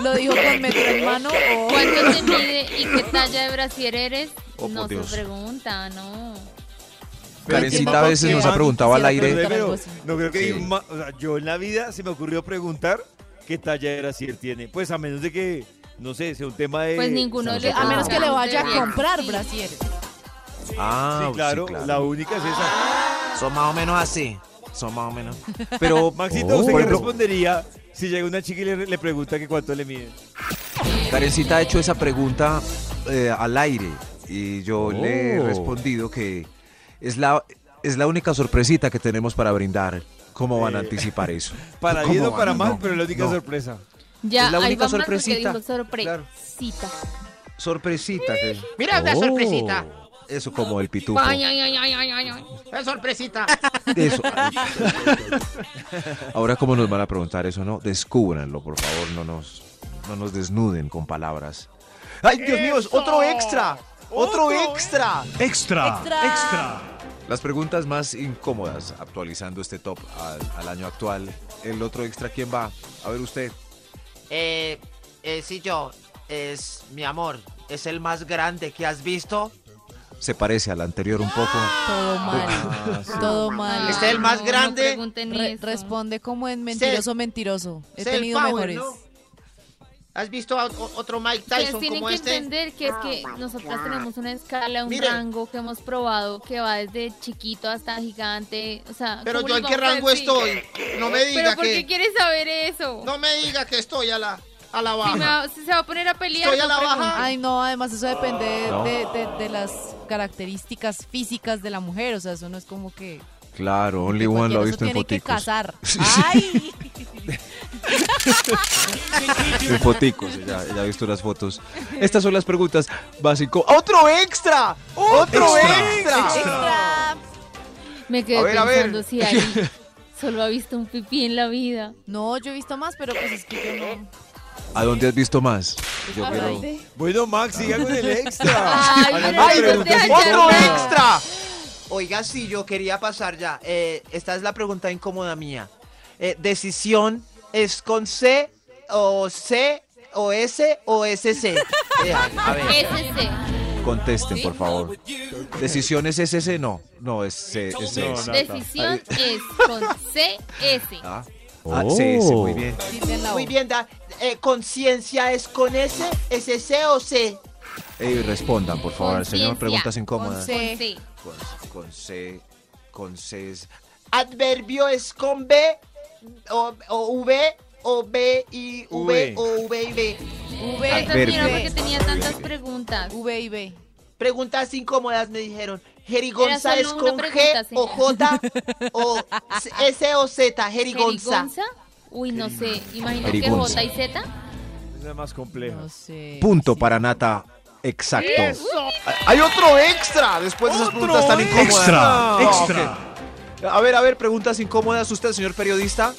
Speaker 12: Lo dijo con metro en mano. o-
Speaker 5: ¿Cuánto te mide y qué talla de brasier eres?
Speaker 4: Oh, por
Speaker 5: no se
Speaker 4: Dios.
Speaker 5: pregunta, no.
Speaker 12: Eh,
Speaker 4: Karencita a veces nos ha preguntado al aire.
Speaker 2: Pero, no creo que
Speaker 4: Sí.
Speaker 2: hay ma- o sea, yo en la vida se me ocurrió preguntar qué talla de brasier tiene. Pues a menos de que, no sé, sea un tema de...
Speaker 5: Pues ninguno
Speaker 2: no sé,
Speaker 5: le-
Speaker 12: A
Speaker 2: como-
Speaker 12: menos que le vaya a
Speaker 5: Bien.
Speaker 12: comprar brasier.
Speaker 4: Ah,
Speaker 2: Sí, claro, la única es esa.
Speaker 9: Son más o menos así. Son más o menos.
Speaker 4: Pero,
Speaker 2: Maxito,
Speaker 4: Oh.
Speaker 2: ¿usted
Speaker 4: por
Speaker 2: qué
Speaker 4: ejemplo,
Speaker 2: respondería si llega una chica y le, le pregunta que cuánto le mide?
Speaker 4: Karencita ha hecho esa pregunta eh, al aire y yo le he
Speaker 11: Oh.
Speaker 4: respondido que es la, es la única sorpresita que tenemos para brindar. ¿Cómo van a
Speaker 2: Eh,
Speaker 4: anticipar eso?
Speaker 2: Para
Speaker 4: ¿Cómo
Speaker 2: bien o
Speaker 4: van?
Speaker 2: para
Speaker 4: No,
Speaker 2: mal, pero es la única
Speaker 4: no.
Speaker 2: sorpresa.
Speaker 5: Ya,
Speaker 4: Es la
Speaker 5: ahí va
Speaker 4: única
Speaker 5: Max, porque
Speaker 4: sorpresita.
Speaker 5: dijo sorpresita.
Speaker 4: Sorpresita. que-
Speaker 7: Mira,
Speaker 12: Oh.
Speaker 7: una sorpresita.
Speaker 4: Eso como el pitufo.
Speaker 5: Ay, ay, ay, ay, ay, ay, ay.
Speaker 7: Es sorpresita.
Speaker 4: Eso. Ahora, ¿cómo nos van a preguntar eso? No, descúbranlo, por favor. No nos, no nos desnuden con palabras. ¡Ay, Dios mío! es ¡Otro extra!
Speaker 6: ¡Otro extra!
Speaker 3: Extra,
Speaker 12: Extra.
Speaker 3: extra.
Speaker 4: Las preguntas más incómodas, actualizando este top al, al año actual. El otro extra, ¿quién va? A ver usted.
Speaker 10: Eh, eh, sí, yo. Es mi amor. Es el más grande que has visto.
Speaker 4: Se parece al anterior un poco.
Speaker 12: Todo mal. Todo mal.
Speaker 10: Es el más
Speaker 5: No, no
Speaker 10: grande.
Speaker 5: pregunten
Speaker 12: Re-
Speaker 5: eso.
Speaker 12: responde como en mentiroso, mentiroso. He
Speaker 7: Self
Speaker 12: tenido
Speaker 7: power,
Speaker 12: mejores.
Speaker 7: ¿no? ¿Has visto a o- otro Mike
Speaker 5: Ustedes
Speaker 7: Tyson
Speaker 5: tienen
Speaker 7: como
Speaker 5: que
Speaker 7: este?
Speaker 5: entender que es
Speaker 4: Ah,
Speaker 5: que nosotras tenemos una escala, un
Speaker 7: Miren.
Speaker 5: rango que hemos probado que va desde chiquito hasta gigante. O sea,
Speaker 7: Pero
Speaker 5: ¿cómo
Speaker 7: yo
Speaker 5: les
Speaker 7: en qué
Speaker 5: vamos a
Speaker 7: rango
Speaker 5: decir?
Speaker 7: estoy. No me
Speaker 5: Pero
Speaker 7: diga
Speaker 5: ¿por qué
Speaker 7: que.
Speaker 5: quieres saber eso?
Speaker 7: No me diga que estoy a la.
Speaker 13: a la
Speaker 5: Si, me
Speaker 13: baja.
Speaker 5: va- si se va a poner a pelear.
Speaker 13: Estoy a
Speaker 5: no
Speaker 13: la baja.
Speaker 5: pregunte.
Speaker 12: Ay, no, además eso depende de-
Speaker 4: No.
Speaker 12: de, de- de las características físicas de la mujer. O sea, eso no es como que.
Speaker 4: Claro, Only One lo ha
Speaker 12: Eso
Speaker 4: visto en
Speaker 12: tiene que
Speaker 4: foticos.
Speaker 12: casar. ¡Ay!
Speaker 4: En foticos, ya, ya he visto las fotos. Estas son las preguntas básico. ¡Otro extra! ¡Otro extra!
Speaker 5: Me quedé
Speaker 4: A ver, a ver.
Speaker 5: pensando si Ari solo ha visto un pipí en la vida.
Speaker 12: No, yo he visto más, pero pues es que yo no.
Speaker 4: ¿A dónde has visto más? Yo
Speaker 12: ¿A
Speaker 4: quiero...
Speaker 12: dónde?
Speaker 14: Bueno, Max, siga con el
Speaker 7: Ay,
Speaker 14: extra. Hagan más
Speaker 7: pero no te
Speaker 14: preguntas.
Speaker 7: hagas
Speaker 14: ¡Otro
Speaker 7: nada.
Speaker 14: extra!
Speaker 7: Oiga, sí, yo quería pasar ya. Eh, esta es la pregunta incómoda mía. Eh, ¿Decisión es con C o C o S o SC? Eh, a ver.
Speaker 5: SC.
Speaker 4: Contesten, por favor. ¿Decisiones es ese? No. No, es eh, es- es-
Speaker 5: Decisión es con CS.
Speaker 4: Ah, ah, sí,
Speaker 12: Oh.
Speaker 4: sí, muy bien.
Speaker 7: Muy bien, da- eh, ¿conciencia es con S, SC o C?
Speaker 4: Ey, respondan, por favor, al señor.
Speaker 7: Conciencia.
Speaker 4: Preguntas incómodas.
Speaker 7: Con C.
Speaker 4: Con, con C. Con C. es-
Speaker 7: ¿Adverbio es con B o, o V o B y V,
Speaker 4: V.
Speaker 7: o V y B?
Speaker 12: V.
Speaker 7: Pues,
Speaker 5: Estas mira porque tenía tantas preguntas.
Speaker 12: V y B.
Speaker 7: Preguntas incómodas me dijeron. ¿Jerigonza
Speaker 5: Era
Speaker 7: es
Speaker 5: solo una
Speaker 7: con
Speaker 5: pregunta,
Speaker 7: G o J o S o Z? Jerigonza.
Speaker 5: ¿Jerigonza? Uy, no sé. Imagino que
Speaker 4: Jerigonza.
Speaker 5: J y Z.
Speaker 14: Es más compleja.
Speaker 4: Punto para Nata. Exacto.
Speaker 13: Hay otro extra después de esas preguntas tan incómodas.
Speaker 4: extra,
Speaker 13: No,
Speaker 4: extra.
Speaker 13: ok. A ver, a ver, preguntas incómodas. Usted, señor periodista.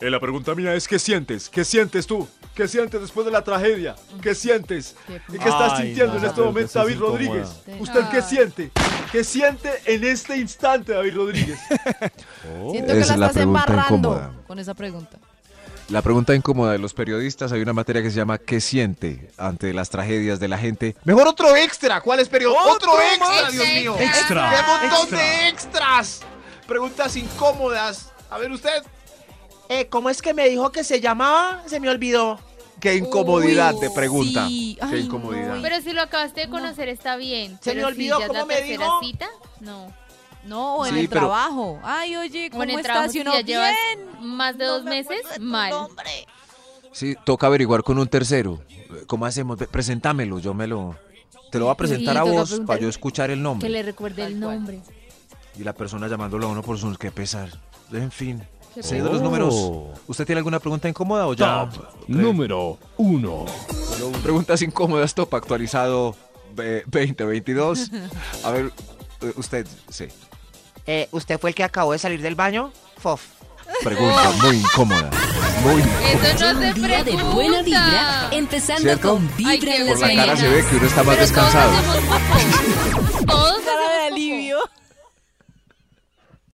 Speaker 2: Eh, la pregunta mía es, ¿qué sientes? ¿Qué sientes tú? ¿Qué siesientes después de la tragedia? ¿Qué sientes? ¿Y qué estás
Speaker 15: Ay, no,
Speaker 2: sintiendo en
Speaker 15: esa
Speaker 2: este momento,
Speaker 15: pregunta
Speaker 2: David
Speaker 15: es
Speaker 2: Rodríguez?
Speaker 15: incómoda.
Speaker 2: ¿Usted qué siente? ¿Qué siente en este instante, David Rodríguez?
Speaker 12: Siento
Speaker 4: Oh. Esa
Speaker 12: que la
Speaker 4: es la
Speaker 12: estás
Speaker 4: pregunta
Speaker 12: embarrando
Speaker 4: incómoda.
Speaker 12: con esa pregunta.
Speaker 4: La pregunta incómoda de los periodistas. Hay una materia que se llama ¿Qué siente ante las tragedias de la gente?
Speaker 13: Mejor otro extra. ¿Cuál es periodo? Otro,
Speaker 4: ¡Otro
Speaker 13: extra,
Speaker 4: más!
Speaker 13: Dios mío.
Speaker 4: Extra,
Speaker 13: ¡Qué montón
Speaker 4: extra.
Speaker 13: de extras! Preguntas incómodas. A ver, usted.
Speaker 7: Eh, ¿Cómo es que me dijo que se llamaba? Se me olvidó.
Speaker 4: Qué incomodidad
Speaker 7: Uy,
Speaker 4: de pregunta.
Speaker 7: sí.
Speaker 4: Qué incomodidad.
Speaker 5: Pero si lo acabaste de conocer, está bien.
Speaker 7: Se me
Speaker 5: Pero si
Speaker 7: olvidó,
Speaker 5: ya es
Speaker 7: ¿cómo
Speaker 5: la
Speaker 7: me
Speaker 5: tercera
Speaker 7: dijo?
Speaker 5: cita? No.
Speaker 12: No, o en
Speaker 4: Sí,
Speaker 12: el
Speaker 4: pero-
Speaker 12: trabajo. Ay, oye,
Speaker 5: O
Speaker 12: ¿cómo
Speaker 5: en el trabajo,
Speaker 12: estás?
Speaker 5: si
Speaker 12: Y uno,
Speaker 5: ya llevas
Speaker 12: bien.
Speaker 5: más de dos meses, mal.
Speaker 4: Sí, toca averiguar con un tercero. ¿Cómo hacemos? Ve, Preséntamelo, yo me lo... Te lo voy a presentar
Speaker 5: Sí,
Speaker 4: a
Speaker 5: toca
Speaker 4: vos
Speaker 5: preguntar-
Speaker 4: para yo escuchar el
Speaker 5: Que
Speaker 4: nombre.
Speaker 5: le recuerde el nombre.
Speaker 4: Y la persona llamándolo a uno por sus... Qué pesar. En fin.
Speaker 5: Qué
Speaker 4: Señor de los
Speaker 5: pesar.
Speaker 4: números. ¿Usted tiene alguna pregunta incómoda o ya?
Speaker 11: Top número uno.
Speaker 4: Preguntas incómodas, top actualizado eh, 2022. A ver, eh, usted, sí.
Speaker 7: Eh, ¿Usted fue el que acabó de salir del baño? Fof.
Speaker 4: Pregunta muy incómoda. Muy
Speaker 5: Eso no
Speaker 1: Un
Speaker 5: se
Speaker 1: día de buena vibra, empezando
Speaker 4: ¿Cierto?
Speaker 1: con vibra en
Speaker 4: Por
Speaker 1: las
Speaker 4: la cara
Speaker 1: mañanas.
Speaker 4: se ve que uno está más descansado.
Speaker 5: Todos hacemos popó.